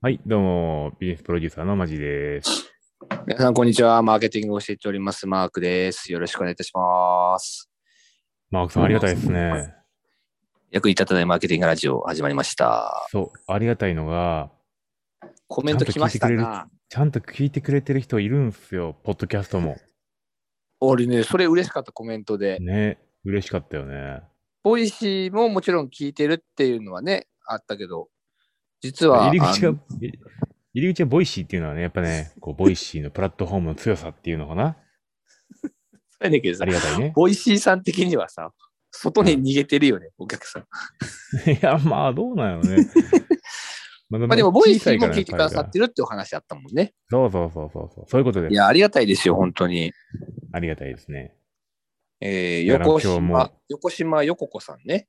はい、どうも、BS プロデューサーのマジです。皆さん、こんにちは。マーケティングを教えております。マークです。よろしくお願いいたします。マークさん、ありがたいですね。役に立たないマーケティングラジオ始まりました。そう、ありがたいのが、コメント来ましたな。ちゃんと聞いてくれてる人いるんすよ、ポッドキャストも。俺ね、それ嬉しかったコメントで。ね、嬉しかったよね。ボイシーももちろん聞いてるっていうのはね、あったけど、実は、入り口あがの、入り口はボイシーっていうのはね、やっぱね、こうボイシーのプラットフォームの強さっていうのかな。そうやねんけどさありがたい ね。ボイシーさん的にはさ、外に逃げてるよね、お客さん。いや、まあ、どうなんや ろね。まあ、でまあでも、ボイシーも小さ聞いてくださっていからねるってお話あったもんね。そうそうそうそうそう。そういうことでいす。や、ありがたいですよ、本当に。ありがたいですね。えーいやなんか横今日も島、横島よここさんね、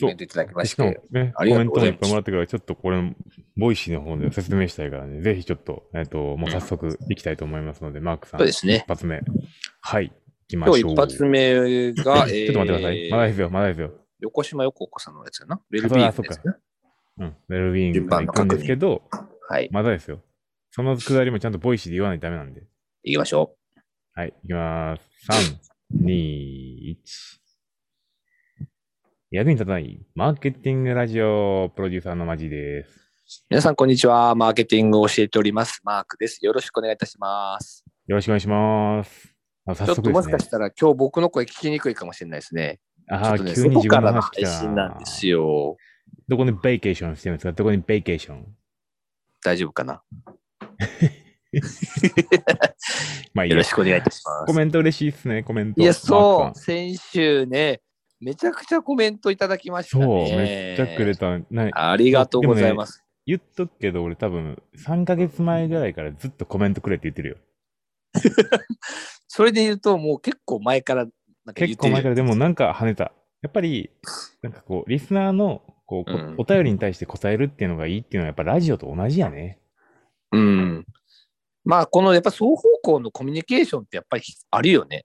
コそうメントいただきまししかもて。ね、コありがメとンうトもございいっますぱいもらってから、ちょっとこれ、ボイシーの方で説明したいからね、ぜひちょっと、えっと、もう早速いきたいと思いますので、マークさん、そうですね一発目。はい、行きましょ今う。日一発 目が、えーちょっと待ってください。まだですよ、まだですよ。横島横子さんのやつやな。ベルビーグですね。うん、ウェルビーイング順さん行番のくん確認ですけど、はい、まだですよ。そのくだりもちゃんとボイシーで言わないとダメなんで。行きましょはい、いきます。3、2、1。役に立たないマーケティングラジオプロデューサーのマジです。う。皆さん、こんにちは。マーケティングを教えております。マークです。よろしくお願いいたします。よろしくお願いします。あ早ちょっ速とですね。もしかしたら、今日僕の声聞きにくいかもしれないですね。ああ、ちょっとね、急に外自か分らのの話来配信なんたですよ。どこにベーケーションしてるんですかどこにベーケーション大丈夫かな。まあいいよやろしくお願いいたしまコす。メント嬉しいですね、コメント。いや、マークそう。さん先週ね、めちゃくちゃコメントいただきましたね。そう、めっちゃくれた。なありがとうございます。言っとくけど、俺多分3ヶ月前ぐらいからずっとコメントくれって言ってるよ。それで言うと、もう結構前から、なんか言結っ構てる前から、でもなんか跳ねた。やっぱり、なんかこう、リスナーのこうこうんお便りに対して答えるっていうのがいいっていうのはやっぱラジオと同じやね。うん。まあ、このやっぱ双方向のコミュニケーションってやっぱりあるよね。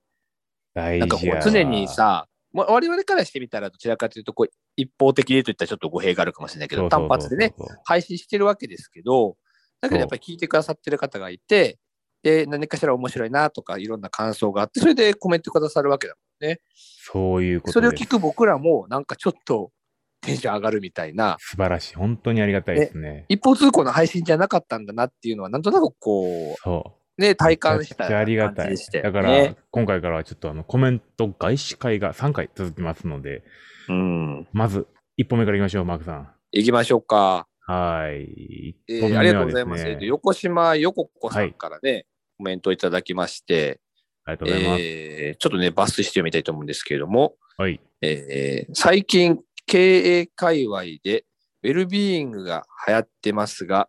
大なんかこ事やわう常に、さ、ま我々からしてみたらどちらかというとこう一方的でといったらちょっと語弊があるかもしれないけど、単発でね、そうそうそうそう配信してるわけですけど、だけどやっぱり聞いてくださってる方がいて、で、何かしら面白いなとかいろんな感想があって、それでコメントくださるわけだ。そういうことそれをです聞く僕らもなんかちょっとテンション上がるみたいな、素晴らしい。本当にありがたいですね。一方通行の配信じゃなかったんだなっていうのは、なんとなくこそう。う、ね、体感しためちゃくちゃありがた感じいでした。よだから、ね今回からはちょっとあのコメント外視会が3回続きますので、うん。まず1本目からいきましょう、マークさん。行きましょうか。はーい。え一本ー目あはりがとうございます。でえっとね横島よここさはんいからね、コメントいただきまして、ありがとうございます。えーちょっとね、抜粋してみたいと思うんですけれども、はい。えー最近、経営界隈でウェルビーイングが流行ってますが、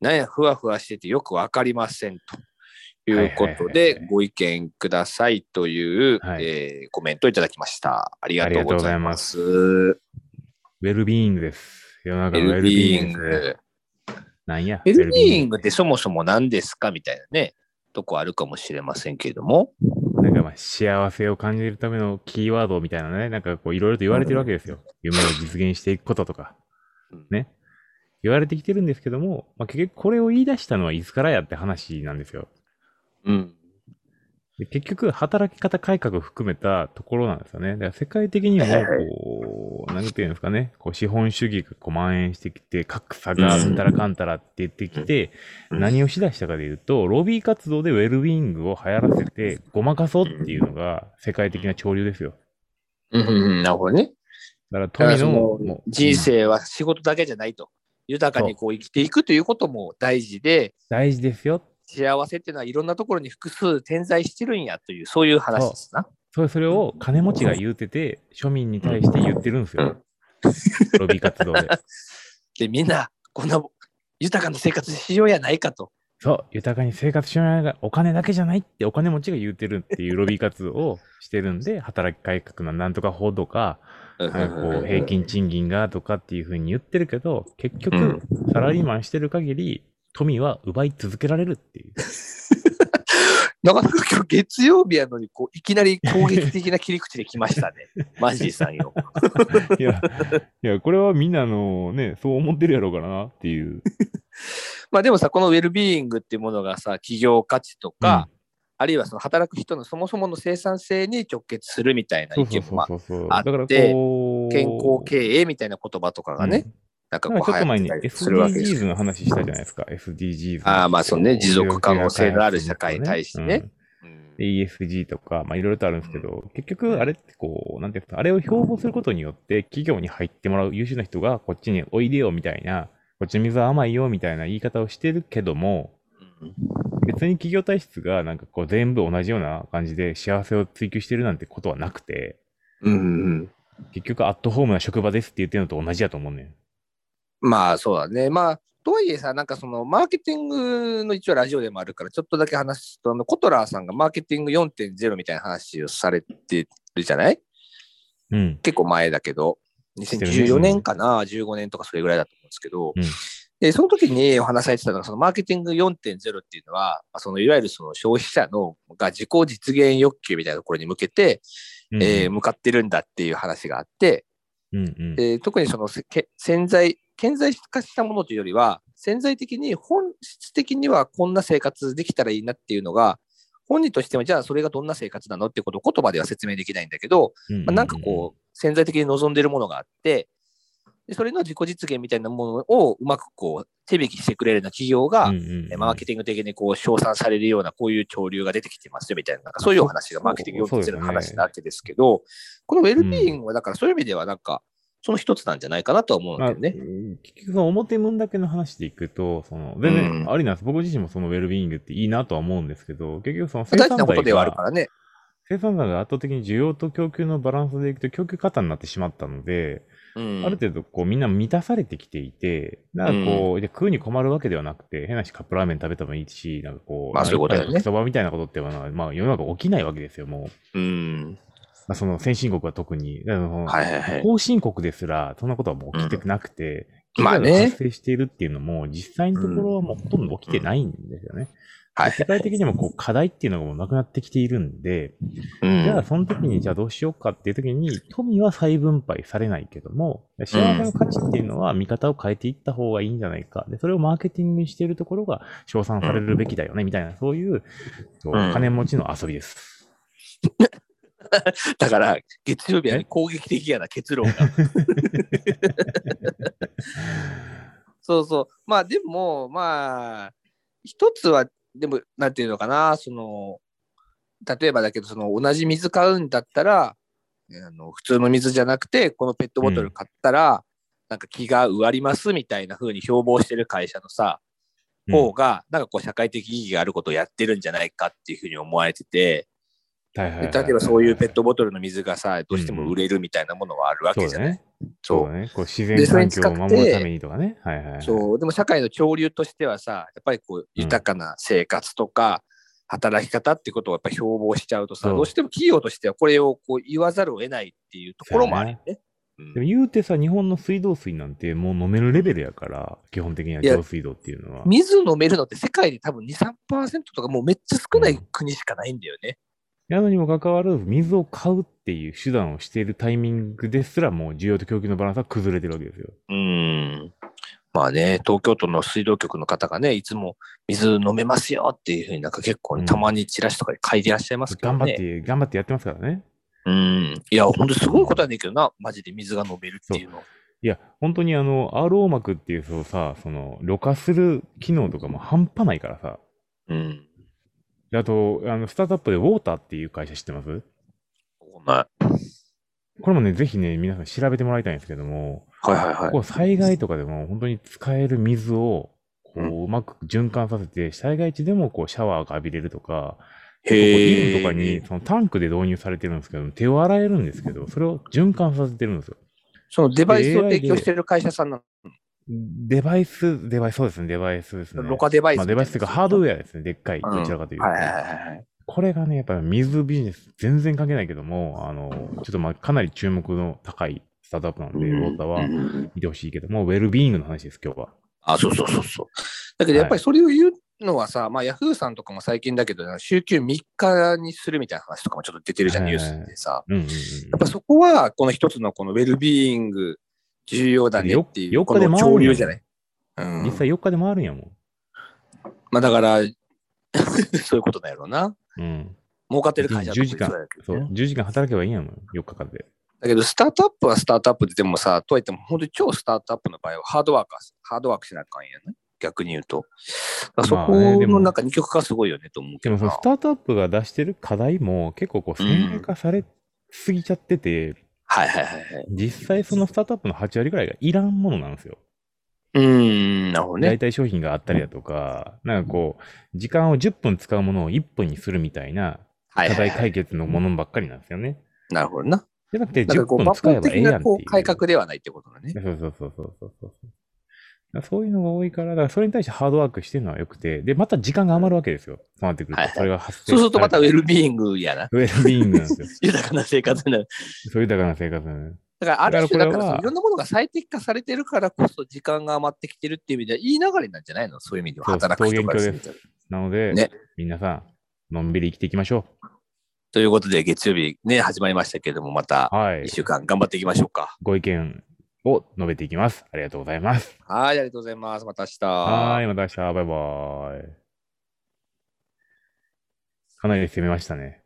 なんやふわふわしててよくわかりませんということはいはいはいはでい、ご意見くださいという、はいえーコメントいただきました。ありがとうございます。ウェルビーイングです。世のウ中のェウェルルビビーーイインングですね。グ。なんや。ウェルビーイング。グってそもそも何ですかみたいなね、とこあるかもしれませんけれども。なんかまあ幸せを感じるためのキーワードみたいなね、なんかこういろいろと言われてるわけですよ。夢を実現していくこととかうん。ね。言われてきてるんですけども、まあ、結局これを言い出したのはいつからやって話なんですよ。うん。で結局、働き方改革を含めたところなんですよね。だから世界的にも、こう、なんていうんですかね、こう資本主義がこう蔓延してきて、格差がうんたらかんたらって言ってきて、うん何をしだしたかで言うと、ロビー活動でウェルビーイングを流行らせて、ごまかそうっていうのが世界的な潮流ですよ。うんうんうん、なるほどね。だからだから富その、のもう人うん生は仕事だけじゃないと。豊かにこう生きていくということも大事で、大事ですよ。幸せっていうのはいろんなところに複数点在してるんやという、そういう話ですな。それそれを金持ちが言うてて、庶民に対して言ってるんですよ。ロビー活動で。で、みんな、こんな豊かな生活しようやないかと。そう、豊かに生活しながら、お金だけじゃないってお金持ちが言うてるっていうロビー活動をしてるん で、働き改革のなんとか法とか、なんかこう平均賃金がとかっていうふうに言ってるけど、結う局ん、サラリーマンしてる限り、富は奪い続けられるって いう。なかなか今日月曜日やのにこう、いきなり攻撃的な切り口で来ました ね。マジさんよ。いや、いやこれはみんなあのね、そう思ってるやろうからなっていう。まあでもさ、このウェルビーイングっていうものがさ、企業価値とか、あるいはその働く人のそもそもの生産性に直結するみたいなそ意うそう見もまあそうそう。あってこう健康経営みたいな言葉とかがね、うんなんかなんこかうちょっと前に流行ってたりするわけですよ SDGs の話したじゃないですか。SDGs。ああまあそうね持続可能性のある社会に対してねうんうんで ESG とか、まあいろいろとあるんですけど、結局あれってこう、なんていうんですか、あれを標榜することによって企業に入ってもらう優秀な人がこっちにおいでよみたいな、こっちの水は甘いよみたいな言い方をしてるけども、うん別に企業体質がなんかこう全部同じような感じで幸せを追求してるなんてことはなくて、うんうん結局アットホームな職場ですって言ってるのと同じだと思うねん。まあそうだね。まあ、とはいえさ、なんかそのマーケティングの一応ラジオでもあるから、ちょっとだけ話すと、あのコトラーさんがマーケティング4.0みたいな話をされてるじゃないうん。結構前だけど、てるね2014年かな、15年とかそれぐらいだと思うんですけど、うんでその時にお話しされてたのが、そのマーケティング4.0っていうのは、まあそのいわゆるその消費者のが自己実現欲求みたいなところに向けて、うんえー向かってるんだっていう話があって、うんうん。えー特にそのせけ潜在、顕在化したものというよりは、潜在的に本質的にはこんな生活できたらいいなっていうのが、本人としてもじゃあそれがどんな生活なのってことを言葉では説明できないんだけど、うううまあ、なんかこう潜在的に望んでるものがあって、でそれの自己実現みたいなものをうまくこう手引きしてくれるような企業が、うんうんうん、えマーケティング的にこう称賛されるようなこういう潮流が出てきてますよみたいな、なんかそういうお話がそうマーケティングそうです4.0ねの話なわけですけど、このウェルビーイングはだからそういう意味ではなんか、その一つなんじゃないかなとは思うんだよね。まあうん結局その表面だけの話でいくと、その全然うんありなんです、僕自身もそのウェルビーイングっていいなとは思うんですけど、結局その生大産事なこと材ではあるがからね。生産材が圧倒的に需要と供給のバランスでいくと供給過多になってしまったので、うんある程度こうみんな満たされてきていて、なんかこう、じゃあ食うに困るわけではなくて、変なしカップラーメン食べてもいいし、なんかこう、まあそういうことだよね焼きそばみたいなことっていうのは、まあ世の中起きないわけですよ、もう。うん。まあ、その先進国は特に。だからそのはいはいはい。 後進国ですら、そんなことはもう起きてなくて、うん飢餓まあねが発生しているっていうのも、実際のところはもうほとんど起きてないんですよね。はい。世界的にもこう課題っていうのがもうなくなってきているんで、うんじゃあその時にじゃあどうしようかっていう時に、富は再分配されないけども、幸せの価値っていうのは見方を変えていった方がいいんじゃないか。で、それをマーケティングにしているところが称賛されるべきだよね、みたいな、そういう、そううん金持ちの遊びです。だから、月曜日はね攻撃的やな、結論が。 そうそう。まあでも、まあ、一つは、でも、なんていうのかな、その、例えばだけど、その、同じ水買うんだったら、あの普通の水じゃなくて、このペットボトル買ったら、なんか気が植わりますみたいな風に標榜してる会社のさ、うん方が、なんかこう、社会的意義があることをやってるんじゃないかっていう風に思われてて、はいはいはい例えばそういうペットボトルの水がさ、どうしても売れるみたいなものはあるわけじゃない。そうそうだね。こう自然環境を守るためにとかね。はいはいはい。そう。でも社会の潮流としてはさ、やっぱりこう、豊かな生活とか、働き方ってことをやっぱ標榜しちゃうとさ、そうどうしても企業としてはこれをこう言わざるを得ないっていうところもあるよね。うんでも言うてさ、日本の水道水なんてもう飲めるレベルやから、基本的にはいや上水道っていうのは。水飲めるのって世界で多分2、3%とかもうめっちゃ少ない国しかないんだよね。なのにもかかわらず、水を買うっていう手段をしているタイミングですら、もう需要と供給のバランスは崩れてるわけですよ。うん。まあね、東京都の水道局の方がね、いつも水飲めますよっていうふうになんか結構ね、うんたまにチラシとかで書いてらっしゃいますけど頑張ね。って、頑張ってやってますからね。うん。いや、ほんとすごいことやねんけどな、マジで水が飲めるっていうの。いや、本当にあの、RO 膜っていう、そうさ、その、濾過する機能とかも半端ないからさ。うん。であと、あの、スタートアップでウォーターっていう会社知ってますお前。はこれもね、ぜひね、皆さん調べてもらいたいんですけども、いはいはい。こう災害とかでも本当に使える水をこううまく循環させて、災害地でもこうシャワーが浴びれるとか、へイオンとかにそのタンクで導入されてるんですけど、手を洗えるんですけど、それを循環させてるんですよ。そのデバイスを AI で提供してる会社さんなデバイス、デバイス、そうですね、デバイスですね。の、ロカデバイス。まあ、デバイスというかハードウウェアですね、でっかい、うんどちらかというと。はいはいはいはい。これがね、やっぱり水ビジネス全然関係ないけども、あの、ちょっとまあかなり注目の高いスタートアップなので、ウォーターはうん見てほしいけども、ウェルビーイングの話です、今日は。あ、そうそうそうそう。だけどやっぱりそれを言うのはさ、まあヤフーさんとかも最近だけど、週休3日にするみたいな話とかもちょっと出てるじゃん、はニいュはーいスでさ。うんうんうん。やっぱそこは、この一つのこのウェルビーイング重要だねっていよう、こよっかでの回る潮流じゃない。う実ん。際4日で回るんやもん。まあだから、 そういうことだよな。うん。儲かってる会社10時間だけそう、どね10時間働けばいいんやもん、4日間で。だけど、スタートアップはスタートアップで、でもさ、とはいっても、本当に超スタートアップの場合は、ハードワーカー、ハードワークしなあかんやね。逆に言うと。だからそまあねこでものなんか二極化すごいよねと思うけでどもな。そのスタートアップが出してる課題も結構こううん先鋭化されすぎちゃってて、はいはいはいはい。実際そのスタートアップの8割ぐらいがいらんものなんですよ。うーん、なるほど代ね。替商品があったりだとか、なんかこう、時間を10分使うものを1分にするみたいな課はいはい題はい。解決のものばっかりなんですよね。なるほどな。じゃなくてなんか10こう、分抜使え本ばええ的やなんっこていうう。改革ではないってことだね。そうそうそうそうそうそうそう。だからそういうのが多いから、だからそれに対してハードワークしてるのは良くて、で、また時間が余るわけですよ。そうなってくると。はいはいそれが発生そうするとまたウェルビーインングやな。グ。ウェルビーイングなんですよ。豊かな生活になる。そういう豊かな生活なのよだから、あるだ種、かだらこかれはら、いろんなものが最適化されてるからこそ、時間が余ってきてるっていう意味では、いい流れなんじゃないのそういう意味では。そう働く人からすると。なので、ね皆さん、のんびり生きていきましょということで、月曜日ね、始まりましたけれども、またう。はい1。週間頑張っていきましょうか。ご意見を述べていきます。ありがとうございます。はい、ありがとうございます。また明日。はーい、また明日。バイバーイ。かなり攻めました ね。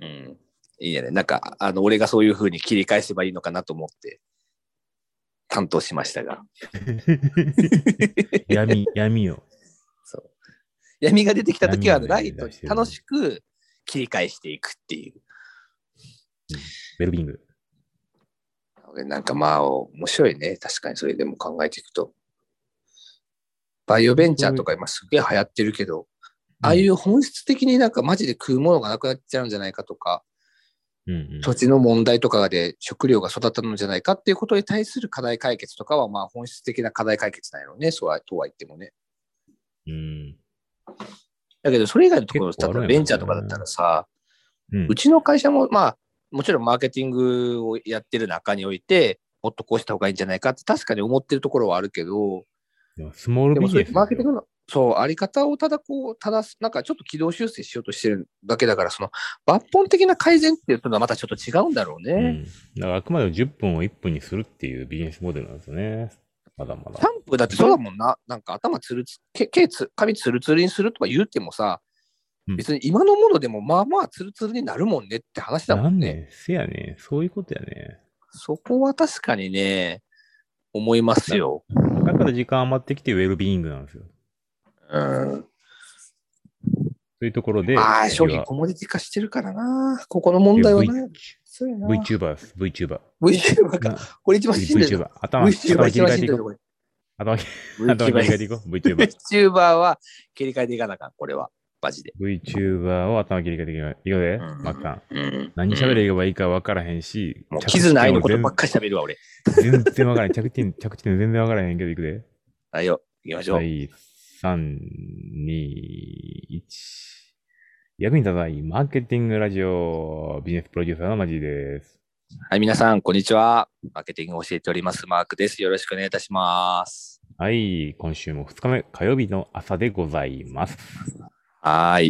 うん。いいね。なんか、あの、俺がそういう風に切り返せばいいのかなと思って、担当しましたが。闇、闇を。そう。闇が出てきたときは、闇がラねイトに出してる楽しく切り返していくっていう。ウェルビーイング。なんかまあ、面白いね。確かにそれでも考えていくと。バイオベンチャーとか今すげえ流行ってるけど、ああいう本質的になんかマジで食うものがなくなっちゃうんじゃないかとか、うんうん。土地の問題とかで食料が育ったのじゃないかっていうことに対する課題解決とかは、まあ本質的な課題解決なんやろうね、そうは、とは言ってもね。うん。だけど、それ以外のところ、結構ある例んやろうねえばベンチャーとかだったらさ、うんうちの会社も、まあ、もちろんマーケティングをやってる中において、もっとこうした方がいいんじゃないかって確かに思ってるところはあるけど、でもスモーでルもビそジネれスですよマーケティングの、そう、あり方をただこう、ただ、なんかちょっと軌道修正しようとしてるだけだから、その抜本的な改善っていうのはまたちょっと違うんだろうね。うん。だからあくまでも10分を1分にするっていうビジネスモデルなんですよね。まだまシャだ。ンプーだってそうだもんな。なんか頭つるつ、け毛つ、髪つるつるにするとか言うてもさ、うん別に今のものでもまあまあつるつるになるもんねって話だもなんんね。ね、せやね。そういうことやね。そこは確かにね、思いますよ。だから時間余ってきてウェルビーイングなんですよ。うん。というところで、ああ、商次品はコモディティ化してるからな。ここの問題はね。そうやな VTuber です。VTuber。 VTuber か。なこれ一番しんどいな。 VTuber。頭、頭頭 VTuber 切一り番替えしてんいどこいとう。これ。頭、頭切り替えて VTuber いこう。VTuber。は切り替えていかなあかん、これは。マジで。 VTuber を頭切り替えていこう。いくでう、んまっかん。うん。何喋るればいいか分からへんし、もう、着地キズナイのこと点ばもっかり喋るわ、俺。全全然分からへん。着地点、着地点全然分からへんけど、いくで。はいよ、行きましょう。はい、3、2、1。役に立たないマーケティングラジオビジネスプロデューサーのマジです。はい、皆さん、こんにちは。マーケティングを教えております、マークです。よろしくお願いいたします。はい、今週も2日目、火曜日の朝でございます。はーい。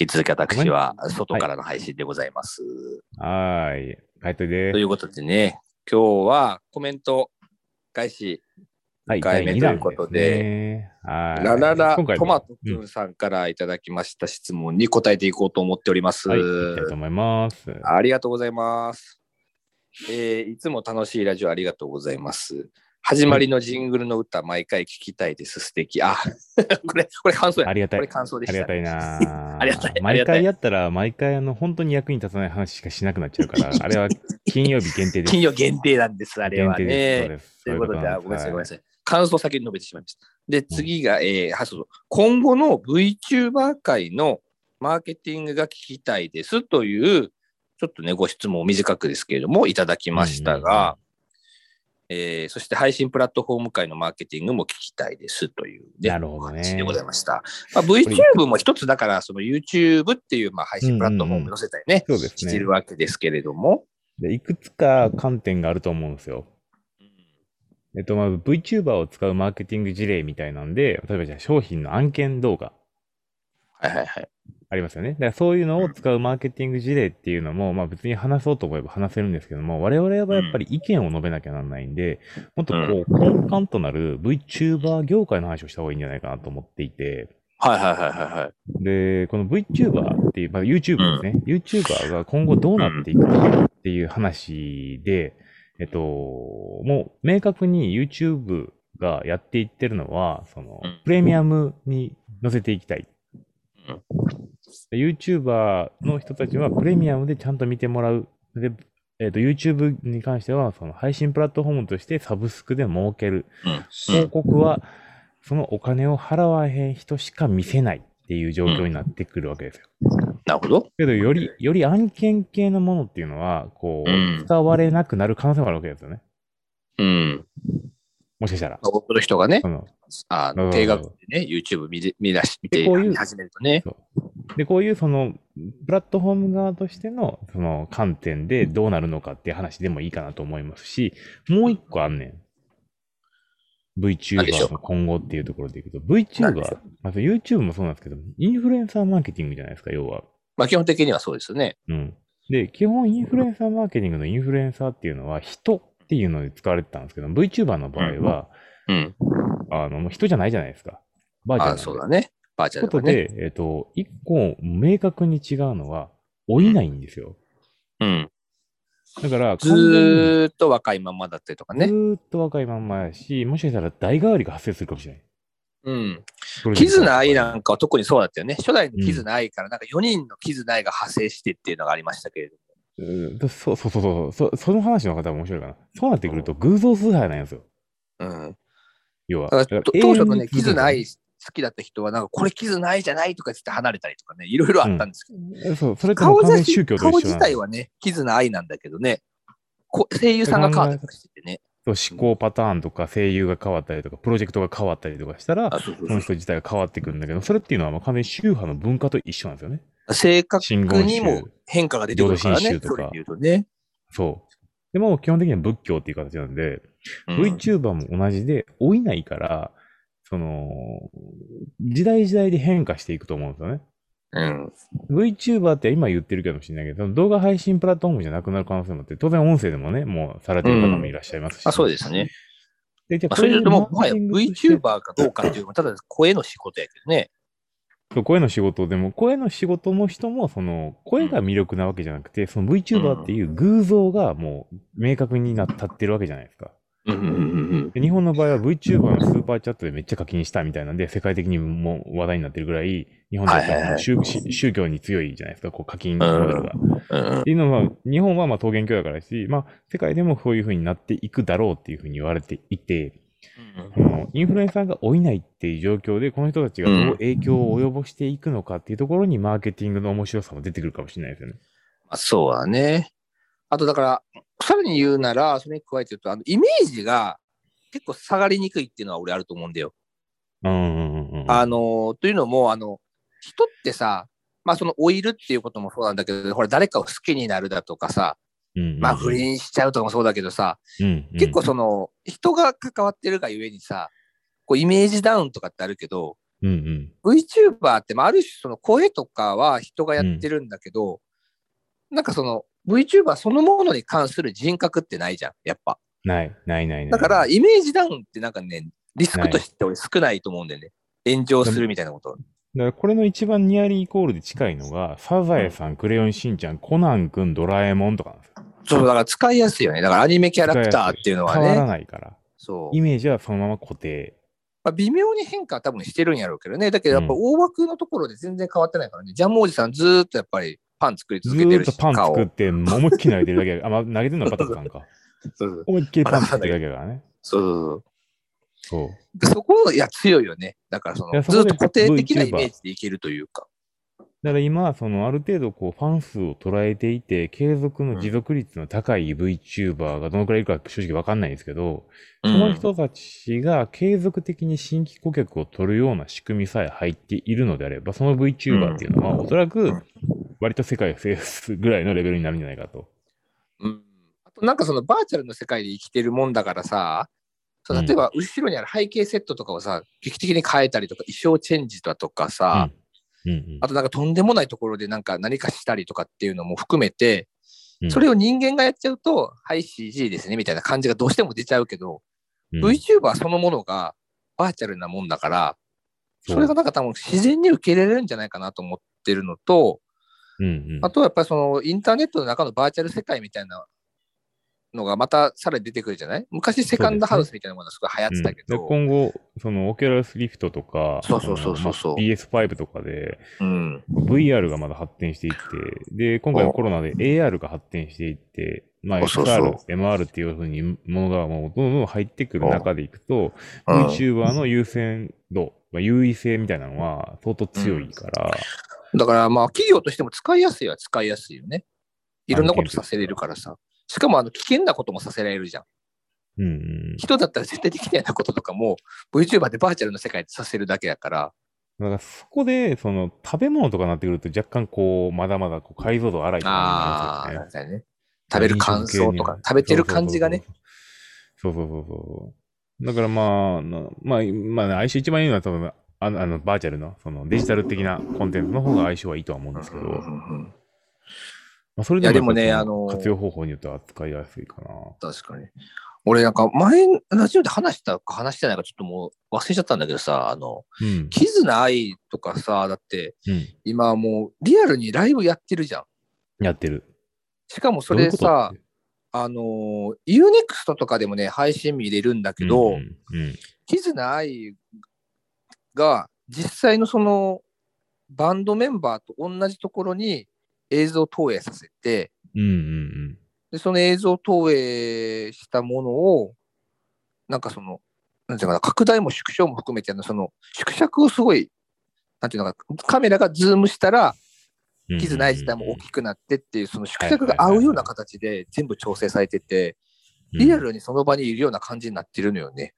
引き続き私はごめん外からの配信でございます。はーい、帰っといでとい。うことでね、今日はコメント開始、はい、一回目第二弾すねということで、はい。ラララ今回もトマトうんくんさんからいただきました質問に答えていこうと思っております。はい、行きたいと思います。ありがとうございます。えーいつも楽しいラジオありがとうございます。始まりのジングルの歌、毎回聞きたいです。素敵。あ、 これ、これ感想や。ありがたいこれ感想でしあた、りね。がたいなー ありがたいあり毎がたい回やったら、毎回、あの、本当に役に立たない話しかしなくなっちゃうから、あれは金曜日限定です。金曜限定なんです、あれは限定ですそうね。です。ということで、あごめんなさい、ごめんなささい。感想先に述べてしまいました。で、次が、えーはそうそう今後の VTuber 界のマーケティングが聞きたいですという、ちょっとね、ご質問を短くですけれども、いただきましたうんうんうんが、えーそして配信プラットフォーム界のマーケティングも聞きたいですという、ね、なるほどねお話でございました。まあ、VTube も一つだから、その YouTube っていうまあ配信プラットフォームに載せたりね、い。そうですしてねるわけですけれども、で。いくつか観点があると思うんですよ。えっと、まあ、VTuber を使うマーケティング事例みたいなんで、例えばじゃあ商品の案件動画はいはいはい。ありますよね。だからそういうのを使うマーケティング事例っていうのも、まあ別に話そうと思えば話せるんですけども、我々はやっぱり意見を述べなきゃなんないんで、もっとこう、根幹となる VTuber 業界の話をした方がいいんじゃないかなと思っていて、はいはいはいはいはい。で、この VTuber っていう、まあ、YouTuber ですね、YouTuber が今後どうなっていくかっていう話で、えっと、もう明確に YouTube がやっていってるのは、そのうん、プレミアムに載せていきたい。うんで YouTuber の人たちはプレミアムでちゃんと見てもらう。で、えっと、YouTube に関しては、その配信プラットフォームとしてサブスクで儲ける。うんう広ん告は、そのお金を払わへん人しか見せないっていう状況になってくるわけですよ。なるほど。けど、より、より案件系のものっていうのは、こう、うん使われなくなる可能性もあるわけですよね。うん。もしかしたら。多くの人がね、そのあうのん定額でね、YouTube 見れ見出し見てでこういう見始めるとね。で、こういう、その、プラットフォーム側としての、その、観点でどうなるのかっていう話でもいいかなと思いますし、もう一個あんねん。何でし VTuber ょうの今後っていうところでいくと、何でしょ VTuber、まあ、そう YouTube もそうなんですけど、インフルエンサーマーケティングじゃないですか、要は。まあ基本的にはそうですよね。うん。で、基本インフルエンサーマーケティングのインフルエンサーっていうのは人っていうので使われてたんですけど、VTuber の場合は、うん。あの、もう人じゃないじゃないですか。バーチャルなんあで。そうだね。バーチャこルだとね。で、えっ、と、一個明確に違うのは、老いないんですよ。うん。だから、ずーっと若いままだったりとか完全にねず。ーっと若いまんまやし、もしかしたら代替わりが発生するかもしれない。うん。プロジェキクトズナとかアでイなんかは特にそうだったよね。初代のキズナアイからなんか4人のキズナアイが派生してっていうのがありましたけれども。うんとそうそうそうそう。そその話の方が面白いかな。そうなってくると、偶像崇拝なんですよ。うん。要は。だからと当初のね、キズナアないイ好きだった人はなんかこれキズナアイじゃないとか言って離れたりとかね、いろいろあったんですけど。そう、それとも顔完全写に宗真教と顔一緒な自んです体よはね、キズナアイなんだけどね、こ声優さんがカードとかしててね。そう思考パターンとか声優が変わったりとか、プロジェクトが変わったりとかしたら、そうそその人自体が変わってくるんだけど、それっていうのはもう完全に宗派の文化と一緒なんですよね。性格真言に宗も。変化が出てくるから浄土真ね宗、とかそれで言うとね。そう。でも基本的には仏教っていう形なんで、うん VTuber も同じで、老いないから、その、時代時代で変化していくと思うんですよね。うん。 VTuber って今言ってるかもしれないけど、その動画配信プラットフォームじゃなくなる可能性もあって、当然音声でもね、もうされてる方もいらっしゃいますし。あそうですね。で。じゃまこあ、それれよりでマも、もはーやケティングとして VTuber かどうかっていうのは、ただ声の仕事やけどね。そう声の仕事でも、声の仕事も人も、その、声が魅力なわけじゃなくて、その VTuber っていう偶像がもう明確になったってるわけじゃないですか。うんうんうんで日本の場合は VTuber のスーパーチャットでめっちゃ課金したみたいなんで、世界的にも話題になってるぐらい、日本だったはいはいはらい宗宗宗教に強いじゃないですか、こう課金モデルが。うんうんっていうのは、日本はまあ桃源郷だからし、まあ世界でもそういう風になっていくだろうっていう風に言われていて、このインフルエンサーが老いないっていう状況で、この人たちがどう影響を及ぼしていくのかっていうところに、マーケティングの面白さも出てくるかもしれないですよね。まあ、そうだね。あとだから、さらに言うなら、それに加えて言うと、あのイメージが結構下がりにくいっていうのは俺あると思うんだよ。うんうんうんうん。あのというのも、あの、人ってさ、まあその老いるっていうこともそうなんだけど、ほら誰かを好きになるだとかさ、うんうんうん、まあ不倫しちゃうとかもそうだけどさ、うんうん結構その人が関わってるがゆえにさ、こうイメージダウンとかってあるけど、うんうん。 VTuber って、まあ、ある種その声とかは人がやってるんだけど、なんかその VTuber そのものに関する人格ってないじゃん、やっぱ。ない、ない、ない、ない。だから、イメージダウンってなんかね、リスクとして俺少ないと思うんだよね。炎上するみたいなこと。だからこれの一番ニアリーイコールで近いのが、サザエさん、クレヨンしんちゃん、コナンくん、ドラえもんとかなんですよ。そう、だから使いやすいよね。だからアニメキャラクターっていうのは変わらね、ないから。そうイ。メージはそのまま固定。まあ、微妙に変化は多分してるんやろうけどね。だけどやっぱ大枠のところで全然変わってないからね。ジャムおじさんずーっとやっぱりパン作りず続けーてっるとし、パン顔作って、思いっきり投げてるだけや。あ、まあ、投げてるのはパタコさんか。 そうそう思いっきりパン作ってるだけだからね。そうそう。そう。でそこ、いや、強いよね。だからそいやの、そずこっでと固定的な VTuber イメージでいけるというか。だから今、そのある程度こうファン数を捉えていて、継続の持続率の高い VTuber がどのくらいいるか正直わかんないんですけど、その人たちが継続的に新規顧客を取るような仕組みさえ入っているのであれば、その VTuber っていうのはおそらうくん割と世界を制すぐらいのレベルになるんじゃないかと。うんあとなんかそのバーチャルの世界で生きてるもんだからさ、そううん例えば後ろにある背景セットとかをさ、劇的に変えたりとか、衣装チェンジだとかさ、うんうんあとなんかとんでもないところでなんか何かしたりとかっていうのも含めて、うんそれを人間がやっちゃうと、はい、CG ですねみたいな感じがどうしても出ちゃうけど、うん VTuber そのものがバーチャルなもんだから、それがなんか多分自然に受け入れられるんじゃないかなと思ってるのと、うんうんあとはやっぱりそのインターネットの中のバーチャル世界みたいなのがまたさらに出てくるじゃない昔セカンドハウスみたいなものがすごい流行ってたけでど。今後、そのオキュラスリフトとか、そうそうそうそうそうあのまあ PS5 とかで、うん。 VR がまだ発展していって、で、今回のコロナで AR が発展していって、まあ、そうそうそう XR、MR っていうふうにものがもうどんどん入ってくる中でいくと、うん VTuber の優先度、まあ、優位性みたいなのは相当強いから、だからまあ企業としても使いやすいは使いやすいよね。いろんなことさせれるからさ。しかもあの危険なこともさせられるじゃん。うん、うん人だったら絶対できないようなこととかも VTuber でバーチャルの世界でさせるだけだから。だからそこで、その、食べ物とかになってくると若干こう、まだまだこう解像度荒いってあ感あ、じになりますよね確かにね。食べる感想とか、食べてる感じがね。。そうそうそうそう。だからまあ、なまあ、まあ、相性一番いいのは多分、あの、あのバーチャルの、そのデジタル的なコンテンツの方が相性はいいとは思うんですけど、うんうまんうんあ、それいやででももやっぱりねそあの活用方法によっては使いやすいかな。確かに。俺なんか前、ラジオで話したか話してないかちょっともう忘れちゃったんだけどさ、あの、うん。キズナアイとかさ、だってうん。今もうリアルにライブやってるじゃん。やってる。しかもそどういうれことさっ、てあの、UNEXT とかでもね、配信見れるんだけうど、んうんうんキズナアイが実際のそのバンドメンバーと同じところに映像投影させて、うんうんで、その映像投影したものを、なんかその、なんていうのかな、拡大も縮小も含めて、あのその、縮尺をすごい、なんていうのかな、カメラがズームしたら、うん。キズナイ自体も大い。きくなってっていう、その縮尺が合うような形で全部調整されてて、リアうんルにその場にいるような感じになってるのよね。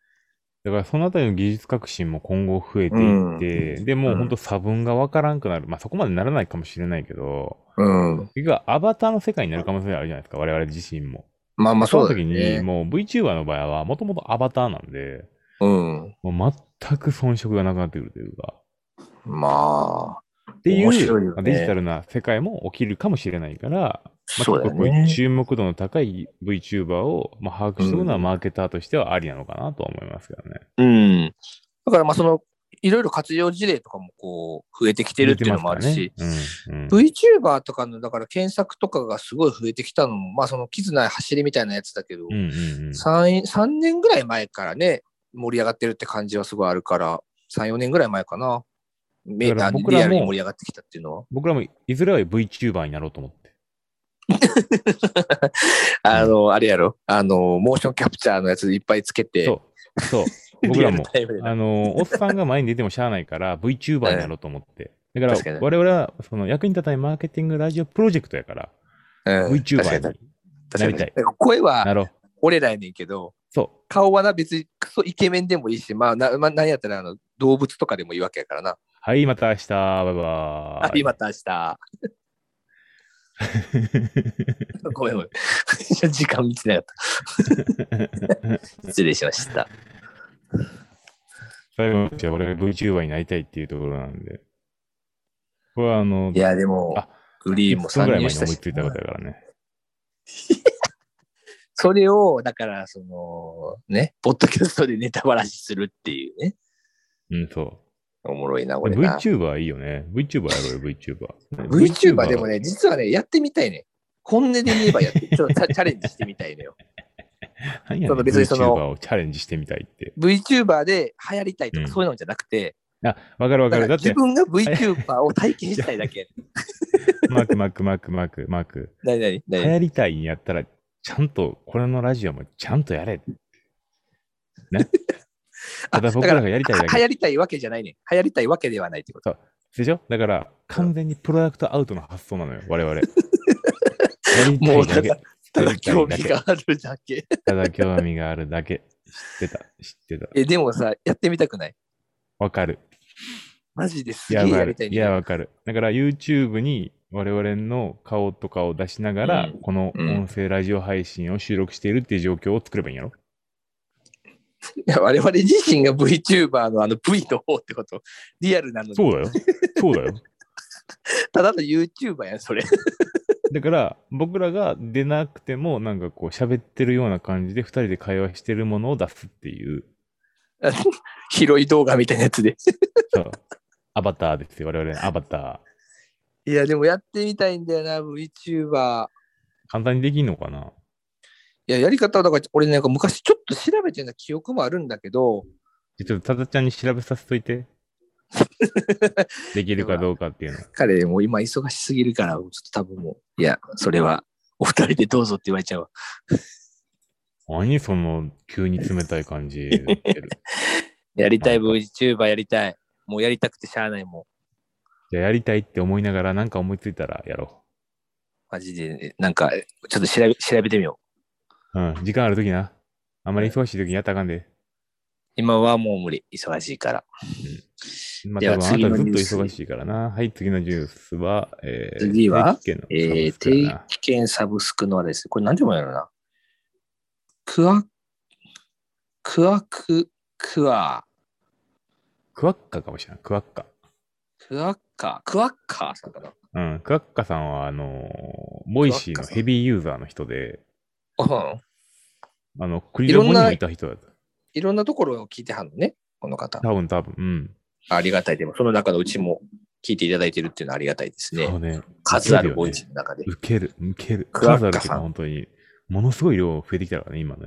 だからそのあたりの技術革新も今後増えていって、でもう本当差分がわからんくなる。まあそこまでならないかもしれないけど、うん。結局はアバターの世界になる可能性あるじゃないですか、我々自身も。まあまあそうだよの時に、ね。もう VTuber の場合は、もともとアバターなんで、うん。もう全く遜色がなくなってくるというか、まあ、っていう面白いよねデジタルな世界も起きるかもしれないから、まあ、そうだよね結構注目度の高い VTuber を、まあ、把握しておくのはマーケターとしてはありなのかなとは思いますけどね。うん。だからまあその、いろいろ活用事例とかもこう、増えてきてるっていうのもあるし、出てますからね。うんうん VTuber とかの、だから検索とかがすごい増えてきたのも、まあその、キズナ走りみたいなやつだけど、うんうんうん3、3年ぐらい前からね、盛り上がってるって感じはすごいあるから、3、4年ぐらい前かな。メだからあ僕らもリアルに盛り上がってきたっていうのは。僕らもいずれは VTuber になろうと思って。あの、あれやろあの、モーションキャプチャーのやついっぱいつけて、そう。そう。僕リアらルもタイムでなあの、おっさんが前に出てもしゃあないから、VTuber になろうと思って。だ確か、からに我々は、その、役に立たないマーケティングラジオプロジェクトやから、うん VTuber 確にかにな確りたかにい。声はなろう。俺らやねんけど、そ顔はな、別にクソイケメンでもいいし、まあ、な、まあ、何やったら、あの、動物とかでもいいわけやからな。う。はい、また明日。バイバーイ。はい、また明日。ごめんごめん。 時間見てなかった。失礼しました。最後のうちは俺が VTuber になりたいっていうところなんで。これはあのい、や、でもあ、グリーン1も分参ぐらい入前しにた思いしつ、いたことだからね。それを、だから、その、ね、ポッドキャストでネタばらしするっていうね。うん、そう。おもろいな、これな。 VTuber いいよね。VTuber やろうよ、VTuber。 VTuber でも。ね、実はね、やってみたいね。本音で言えばやって、ちょっとチャチャレンジしてみたいのよ。何やねんその別にその VTuber をチャレンジしてみたいって。 VTuber で流行りたいとうかんそういうのじゃなくて、あ、わかるわかだかる。らだっ自て、分が VTuber を体験したいだ け。マークマークマークマークマーク。なになにな流に行りたいんやったら、ちゃんと、これのラジオもちゃんとやれ。ね。ただ僕らがやりたいだは流け。行りたいわけじゃないね。流行りたいわけではないってこと。でしょだから、完全にプロダクトアウトの発想なの よ、我々。やりたもういただけだ。、ただ興やり味たいだがあるだけ。け。ただ興味があるだけ。知ってた、知ってた。え、でもさ、やってみたくないわかる。マジですいげや、わえやかりるたい。いね。や、わかる。だから YouTube に我々の顔とかを出しながら、うんこのうん音声ラジオ配信を収録しているっていう状況を作ればいいんやろいや我々自身が VTuber のあの V の方ってこと。リアルなのに。そうだよ。そうだよ。ただの YouTuber やん、それ。 だから、僕らが出なくても、なんかこう、喋ってるような感じで、二人で会話してるものを出すっていう。拾い動画みたいなやつで。そう。 アバターですよ、我々のアバター。いや、でもやってみたいんだよな、VTuber。簡単にできんのかないや、やり方は、だから俺なんか昔ちょっと調べてた記憶もあるんだけど、ちょっとただちゃんに調べさせといて。できるかどうかっていうの。彼もう今忙しすぎるから、ちょっと多分もう、いや、それはお二人でどうぞって言われちゃうわ。何その急に冷たい感じで言ってる。やりたいなんか VTuber やりたい。もうやりたくてしゃあないもん。じゃあやりたいって思いながらなんか思いついたらやろマジで、なんか、ちょっと調べ調べてみよう。う。うん。時間あるときな。あんまり忙しいときにやったらあかんで。今はもう無理。忙しいから。まあでは多分あなたずっと次のニュース忙しいからな。はい、次のジュースは、えー、次は定期券のえサブー、スクや定な期券サブスクのはですね、これ何てもやるな。クワ、クワク、クワ、クワッカかもしれない。クワッカ。クワッカー、クワッカーさんかな。うん。クワッカさんは、あのー、ボイシーのヘビーユーザーの人で、うんあの、クリロモいにろんもないた人だった。いろんなところを聞いてはんのね、この方。多分多分。うん。ありがたい。でも、その中のうちも聞いていただいてるっていうのはありがたいでそすねう。ね。数あるボボイイチシの中でー。。受ける、受ける。クワッカ数さんあるっていうか、本当に、ものすごい量増えてきたからね、今ね。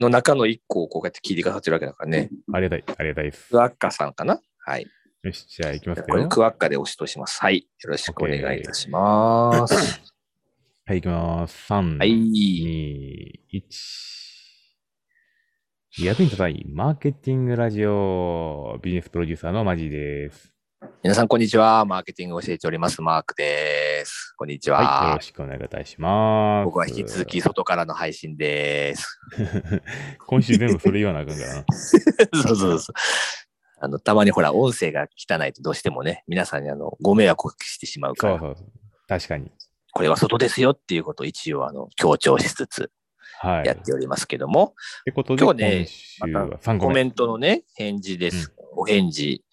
の中の一個をこうやって聞いてくださってるわけだからね。ありがたい、ありがたいです。クよワッカさんかなはい。し、じゃあ行きますこれよ。クワッカで押しとします。はい。よろしくお願いいたします。はい、行きます。3、はい。 2、1。役に立たないマーケティングラジオビジネスプロデューサーのマジです。皆さん、こんにちは。マーケティングを教えております。マークです。こんにちはい、よはろ。しくお願いいたします。僕は引き続き。外からの配信です。 今週全部それ言わなあかんからな。そうそうそう。あの、たまにほら、音声が汚いとどうしてもね、皆さんにあの、ご迷惑をおかけしてしまうかそうら、そう。確かに。これは外ですよっていうことを一応あの、強調しつつはい。やっておりますけどっも、てことで、今日ね今週は3個コメ目。ントのね、返事です。お返事。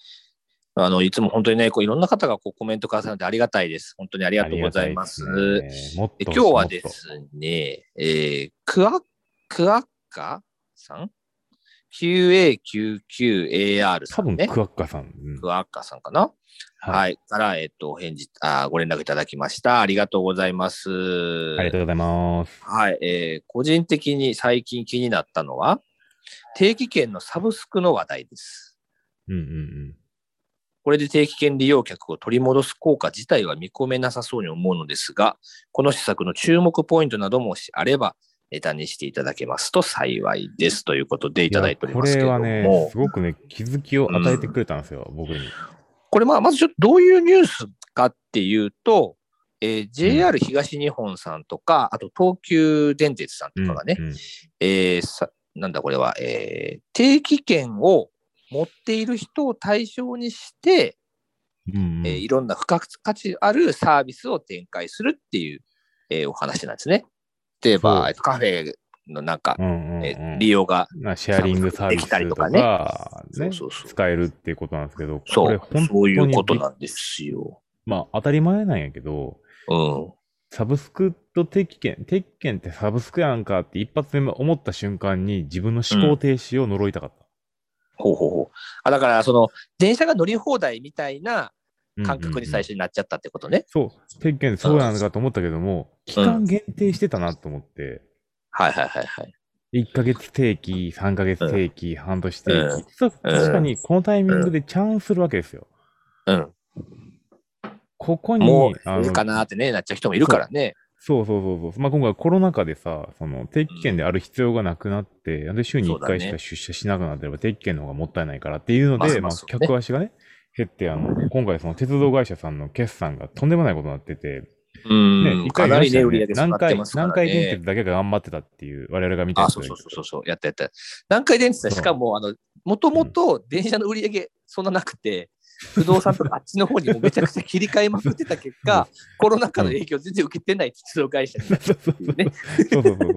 あの、いつも本当にね、こういろんな方がこうコメントくださるのでありがたいです。本当にありがとうございます。ありがたいですねもっとえ今日はでもっとすね、えークワクワッカさん ?QA99AR さ多ん分、ね。クワッカさん。うんクワッカさんかなはい、い。から、えっと、お返事あ、ご連絡いただきました。ありがとうございます。ありがとうございます。はい、えー個人的に最近気になったのは、定期券のサブスクの話題です。うんうんうん。これで定期券利用客を取り戻す効果自体は見込めなさそうに思うのですが、この施策の注目ポイントなどもしあれば、ネタにしていただけますと幸いですということでいただいておりますけれども、いやこれはね、すごくね、気づきを与えてくれたんですよ、僕に。これまあまずちょっとどういうニュースかっていうと、えー JR 東日本さんとか、あと東急電鉄さんとかがね、うんうんえーさなんだこれは、えー定期券を持っている人を対象にして、うんうんえーいろんな付加価値あるサービスを展開するっていう、えーお話なんですね。例えそうば、えっとカフェのなんか、うんうんうんえー利用が、まあシェアリングサービスとかできたりとかねそうねそうそう使えるっていうことなんですけど、そこれう本当、にそういうことびっなんですよ。まあ当たり前なんやけど、うん。サブスクと定期券、定期券ってサブスクやんかって一発目思った瞬間に自分の思考停止を呪いたかっほうほうほう。あだから、その、電車が乗り放題みたいなた。感覚に最初。初になっちゃったってことね。そう、定期券そうやんかと思ったけども、期間限定してたなと思って、はいはいはいはい。 1ヶ月定期、3ヶ月定期、半年定うん期。そう確かにこのタイミングでチャンするわけですよ。うん。ここに、もあう、のいいかなってね、なっちゃう人もいるからね。そうそうそうそう。まあ、今回コロナ禍でさ、その定期券である必要がなくなって、で週にそう1だ回ねしか出社しなくなってれば定期券の方がもったいないからっていうので、ままああそ、うだね客足がね、減って、あの、今回その鉄道会社さんの決算がとんでもないことになってて、うねん。一か回なりね、やり売まりした上よねげ下南がって海ますから南ね。海電鉄だけが頑張ってたっていう、我々が見たあ、やつそうそうそうそうそう、やったやった。南海電鉄ね、そうしかも、あの、もともと電車の売り上げそんななくて、不動産とかあっちの方にもめちゃくちゃ切り替えまくってた結 果、コロナ禍の影響全然受けてない鉄道会社になったっていうね、そうそうそうそうそう。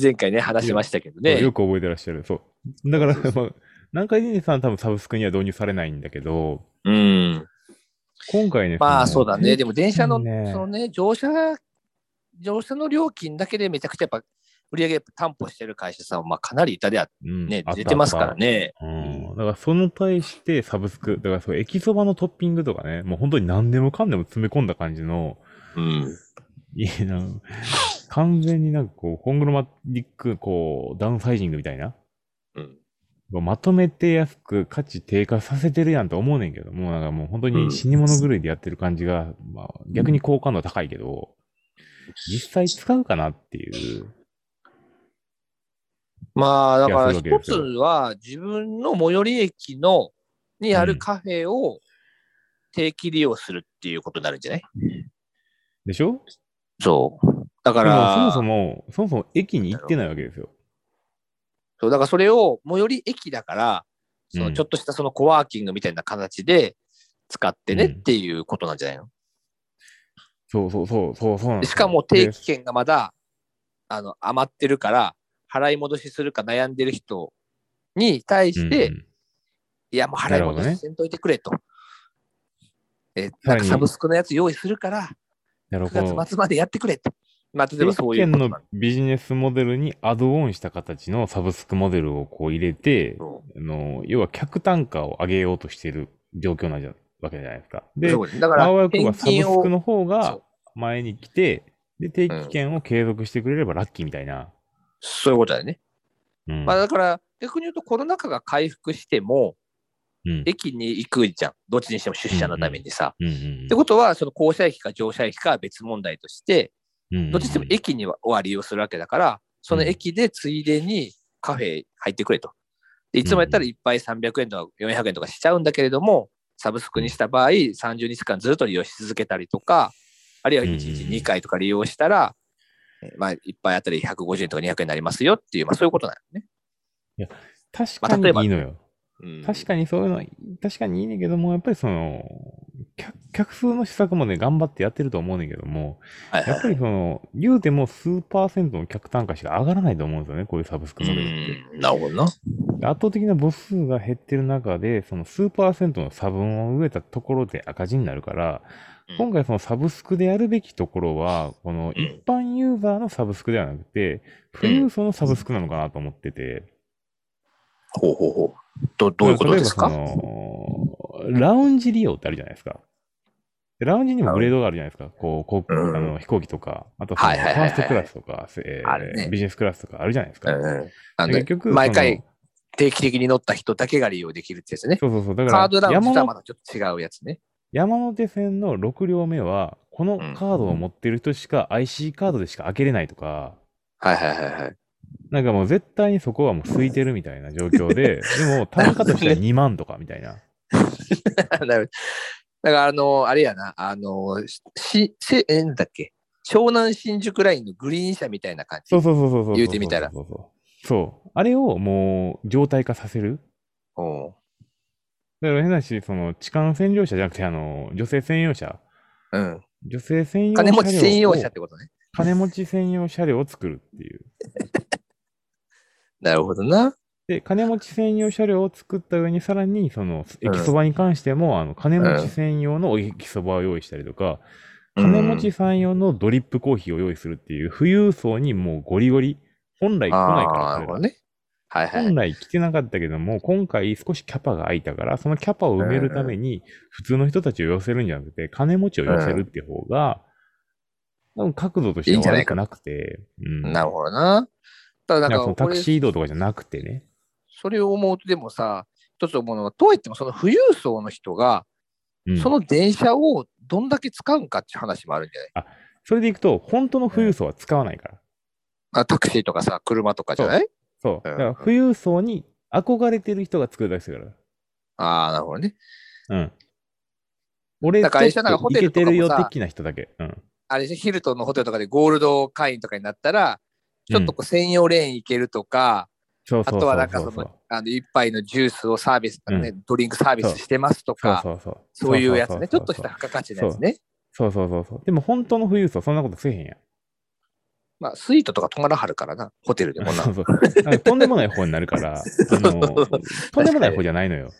前回ね、話しましたけそどうよ ね。く覚えてらっしゃる。そう。だから、そうそまあ、南海電鉄さんは多分サブスクには導入されないんだけど、うん。今回ね、まあ、のそうだね。でも電車の、ねそのね、乗車、乗車の料金だけでめちゃくちゃやっぱ、売上担保してる会社さんは、まあ、かなり痛であうんね、出てますから。ね。あったあったうん。だからその対してサブスク、だからそう、駅そばのトッピングとかね、もう本当に何でもかんでも詰め込んだ感じの、うん。いや、なんか完全になんかこう、コングロマティック、こう、ダウンサイジングみたいな。うん。まとめて安く価値低下させてるやんと思うねんけど、もうなんかもう本当に死に物狂いでやってる感じが、まあ逆に好感度高いけど、実際使うかなっていう。まあ、だからいやそういうわ一けでつすよは自分の最寄り駅の、にあるカフェを定期利用するっていうことになるんじゃない、でしょそう。だかでもそもら、そも、そもそも駅に行ってないわけですよ。そうだからそれを最寄り駅だから、そうのんちょっとしたそのコワーキングみたいな形で使ってねうんっていうことなんじゃないの、そうそうそう、そうそうなんでですよしかも定で期券がまだあの余ってるから、払い戻しするか悩んでる人に対して、うんうんいや、もう払い戻なるほどねしせんといてくれと。えさならにんかサブスクのやつ用意するから、なるほ9ど。月末までやってくれと。まあ、例えばそう定期いう券ことのなんだビジネスモデルにアドオンした形のサブスクモデルをこう入れて、そうあの要は客単価を上げようとしている状況なんじゃわけじゃないですか。でそ、うねだから青葉、君返はサブ金スをクの方そがう前に来て、で、定期券を継続してくれればラッキーみたいな。そういうことだよね。うん。まあ、だから、逆に言うとコロナ禍が回復しても、うん駅に行くじゃん。どっちにしても出社のためにさ。うんってことは、その降車駅か乗車駅かは別問題として、うんうんどっちにしても駅にはは利用するわけだから、その駅でついでにカフェ入ってくれと。でいつもやったら一杯300円とか400円とかしちゃうんだけれども、サブスクにした場合、30日間ずっと利用し続けたりとか、あるいは1日2回とか利用したら、えまあ、一杯あたり150円とか200円になりますよっていう、まあ、そういうことなのね。確まかあ例えばにいいのよ。うん確かにそういうのは、確かにいいねんけども、やっぱりその、客客数の施策もね、頑張ってやってると思うねんけども、はいはいやっぱりその、言うても数パーセントの客単価しか上がらないと思うんですよね、こういうサブスクモデルって。うんなるほどな。圧倒的な母数が減ってる中で、その数パーセントの差分を植えたところで赤字になるから、うん今回そのサブスクでやるべきところは、このうん一般ユーザーのサブスクではなくて、富裕層のサブスクなのかなと思ってて。ほうほうほう。どどういうことですか例えばそのラウンジ利用ってあるじゃないですか。でラウンジにもグレードがあるじゃないですか。こう、航空うんあの飛行機とか、あとそのはフいはいはァいはいーストクラスとか、えーあるねビジネスクラスとかあるじゃないですうか。んうんあでの結局、毎回その定期的に乗った人だけが利用できるってやつね。そうそうそう。だカーかドラら、ウンジ山とはのまだちょっと違うやつね。山手線の6両目は、このカードを持ってる人しか IC カードでしか開けれないとか、はいはいはいはい。 なんかもう絶対にそこはもう空いてるみたいな状況 で、でも単価としては2万とかみたいな。なるだから、あの、あれやな、あの、し、せ、え、なんだっけ、湘南新宿ラインのグリーン車みたいな感じ。そうそうそうそうそう。言うてみたらそうそうそう。そうあれをもう状態化させる。うんだから変なし、その痴漢専用車じゃなくて、あの、女性専用車。うん。女性専用車金両持ち専用車っをてことね。金持ち専用車両を作るっていう。なるほどな。で、金持ち専用車両を作った上に、さらに、その、駅そばに関しても、あの、金持ち専用のお駅そばを用意したりとか、金持ちさん用のドリップコーヒーを用意するっていう、富裕層にもうゴリゴリ、本来来うん、あないかあー、ならそるほれどが、ね。はいはい。本来来てなかったけども、今回少しキャパが空いたから、そのキャパを埋めるために、普通の人たちを寄せるんじゃなくて、金持ちを寄せるって方が、多分角度としていいんじゃは悪ないかくなくて、うん。なるほどな。ただ、なんなかそんのか、タク俺シー移動とかじゃなくてね。それを思うと、でもさ、一つ思うのは、とはいっても、その富裕層の人が、うんその電車をどんだけ使うんかっていう話もあるんじゃないそれでいくと、本当の富裕層は使わないから。あタクシーとかさ、車とかじゃないそう。うだんから富裕層に憧れてる人が作るだけだかああ、なるほどね。ら。うん。俺、ちょだっからと一緒なんかホイテケルとてかもさるよ的な人だけ。うん。あれでしょヒルトンのホテルとかでゴールド会員とかになったら、ちょっとこう専用レーン行けるとか、そうあそうそうそうとはなんかその、あの一杯のジュースをサービス、ねうドリンクサービスしてますとそうか、そうそう。そういうやつね。ちそうょっそとうしそうた付加価値のやつね。そうそうそうそう。でも本当の富裕層、そんなことせえへんやん。まあ、スイートとか泊まらはるからな、ホテルでもな そ。うそう。なんかとんでもない方になる から、あの、とんでもない方じゃないのよ。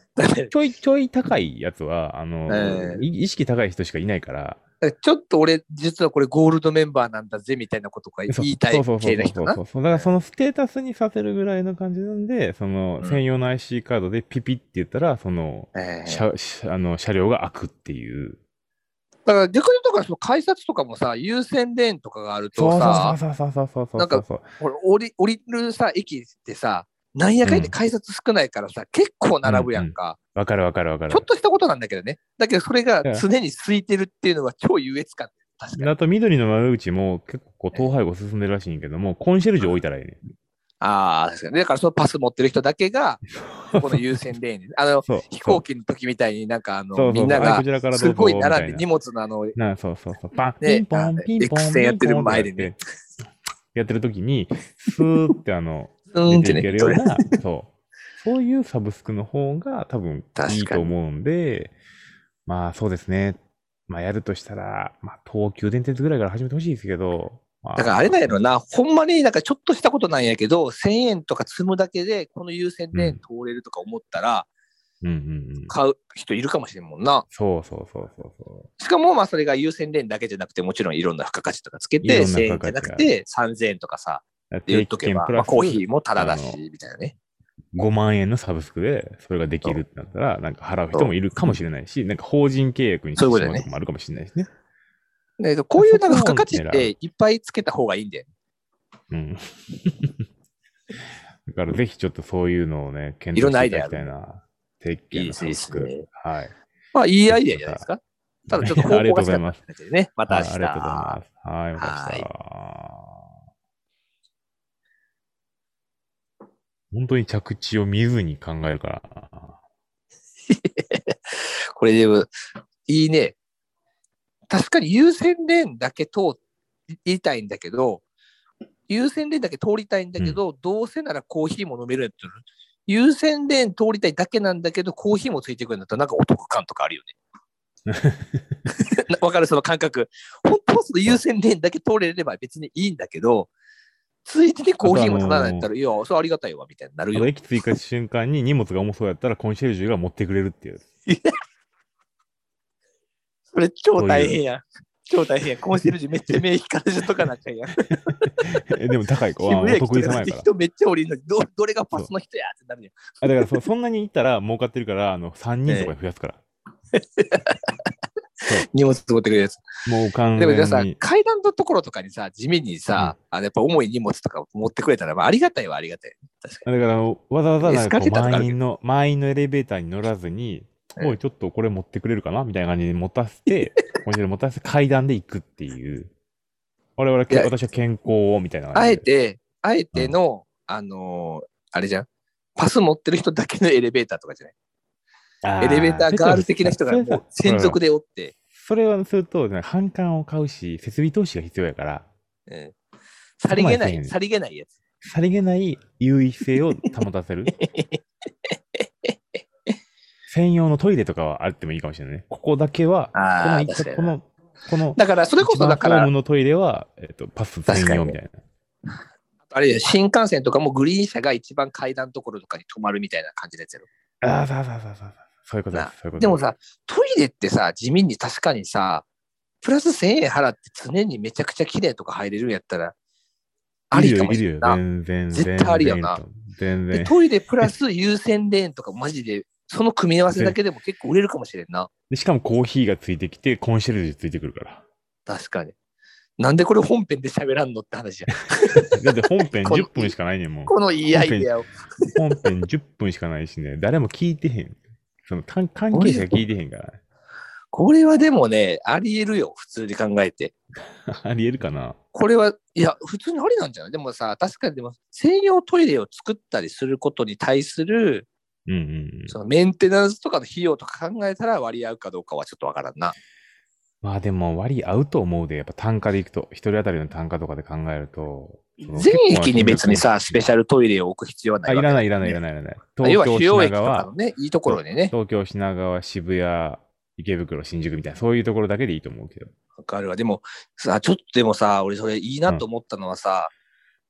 ちょいちょい高いやつは、あの、ええい意識高い人しかいないから、だ からちょっと俺、実はこれゴールドメンバーなんだぜみたいなことが言いたい系な人な。そうそうそうそうそうだからそのステータスにさせるぐらいの感じなんで、そのうん専用の IC カードでピピって言ったら、その、ええ車車あの車両が開くっていう。だから逆に言うとかその改札とかもさ、優先レーンとかがあるとそうそさう、そうそうそうそうそう。なんかそうほら降り降りるさ、駅ってさ、なんやかんやで改札少ないからさ、結構並ぶやんか、わかるわかるわかるちょっ。としたことなんだけどね。だけどそれが常に空いてるっていうのが超優越感。確かに。あと緑の窓口も結構こう統廃合進んでるらしいんやけども、コンシェルジュ置いたらいいね。ああ、確かに。だからそのパス持ってる人だけ が、この優先レーンに。あの、そう。飛行機の時みたいになんかあそうそうその、うみんなはいがこちらからどうぞすごい並んでみた荷い物のあの、ななそうそうそう。パン、ねピンポあンのピンポン。 X 線やってる前でねピンポンってやって。やってる時に、スーってあ の、うーん出ってていけね、るよそうれ。な、そう。そういうサブスクの方が多分いいと思うんで、まあそうですね。まあやるとしたら、まあ東急電鉄ぐらいから始めてほしいですけど、まだからあれなんやろな、ほんまになんかちょっとしたことなんやけど、1000円とか積むだけで、この優先レーン通れるとか思ったら、うんうんうん。買う人いるかもしれんもんな。そうそうそうそうそしかも、まあ、それが優先レーンだけじゃなくて、もちろんいろんな付加価値とかつけいろんて、な1000付加円価値がじゃなくて、3000円とかさ、う。言っとけば、まあ、コーヒーもタダだしあ、みたいなね。 5万円のサブスクで、それができるってなったら、なんか払う人もいるかもしれないし、なんか法人契約にしてそうしいうまうこととだよねこもあるかもしれないですね。だけどこういうなんかそこを付加価値っていっぱいつけた方がいいんだよね。 うん。だからぜひちょっとそういうのをね、検いろん討なしアていたイデだきたアあるいな。鉄い拳いのですサねいブいでスク。すね。はい。まあ、いいアイデアじゃないですか。ただちょっと方あり向がとうござが違いかまっす。たんでね。まはた明い日。ありがとうございます。はい、まはたい明日本当に着地を見ずに考えるからな。これでも、いいね。確かに優先レーンだけ通りたいんだけど、優先レーンだけ通りたいんだけど、どうせならコーヒーも飲めるやつ。優先レーン通りたいだけなんだけど、コーヒーもついてくるんだったら、なんかお得感とかあるよ ね。なわかるその感覚。本当はその優先レーンだけ通れれば別にいいんだけど、ついててコーヒーもただなんやったら、いや、それありがたいわ、みたいになるあよと。駅追加した瞬間に荷物が重そうやったらコンシェルジュが持ってくれるっていう。それ超大変やん。超大変やん。コンシェルジュめっちゃ目光らせとかなっちゃう やん。えでも高い子はお渋谷得駅意と様かやでから。人めっちゃ降りるのに、どどれがパスの人やってなるやん。あだからそそんなに行ったら儲かってるから、あの3人とかに増やすから。荷物持ってくれるやつ。もう完でもさ全に、。階段のところとかにさ、地味にさ、あのやっぱ重い荷物とか持ってくれたら、まあ、ありがたいはありがたい。確かだから、わざわざなんかこエスカレうーターとか満あるけど員の、満員のエレベーターに乗らずに、ええおい、ちょっとこれ持ってくれるかなみたいな感じで持たせ て、こちら持たせて階段で行くっていう。我々け、いや私は健康を、みたいなに。あ感じえで。て、あえての、あのーあれじゃん。パス持ってる人だけのエレベーターとかじゃあない。エレベーターガール的な人がもう専属で。でおって、それはすると、ね反感を買うし、設備投資が必要やから、うんさりげなそこまでせえへんい、さりげないやつ。さりげない優位性を保たせ る。専用のトイレとかはあってもいいかもしれないね。ここだけは、こあのあ、一確か角、こにな。の、この、だから、それこそだか一番ホーらム、のトイレは、えっとパス専用みたいな。あれや新幹線とかもグリーン車が一番階段のところとかに止まるみたいな感じのやつやろ。ああ、そうそうそうそう。そういうことです。そういうことすでも、さ、トイレってさ、地味に確かにさ、プラス1000円払って常にめちゃくちゃ綺麗とか入れるんやったら、あいりるかよ、もいしるれよ。んな全然、絶対ありやな全然いでると。トイレプラス優先レーンとかマジで、その組み合わせだけでも結構売れるかもしれんな。でしかもコーヒーがついてきて、コンシェルジュついてくる から。確かに。なんでこれ本編で喋らんのって話や。だって本編この10分しかないねん、もう。このいいアイデアを。本編10分しかないしね、誰も聞いてへん。その関関係者が聞いてへんから。これはでもね、ありえるよ、普通に考えて。 ありえるかなこれは、いや、普通にありなんじゃないでもさ、確かにでも、専用トイレを作ったりすることに対する、うんうんうん。そのメンテナンスとかの費用とか考えたら割り合うかどうかはちょっとわからんな。まあでも割り合うと思うで、やっぱ単価でいくと、一人当たりの単価とかで考えると。その全域に別にさ、スペシャルトイレを置く必要はなあ、いいわけらない、いらない、いらない、いらない。要東は京主要品駅と川かのね、いいところにね。東京、品川、渋谷、池袋、新宿みたいな、そういうところだけでいいと思うけど。わかるわ。でも、さ、ちょっとでもさ、俺それいいなと思ったのはさ、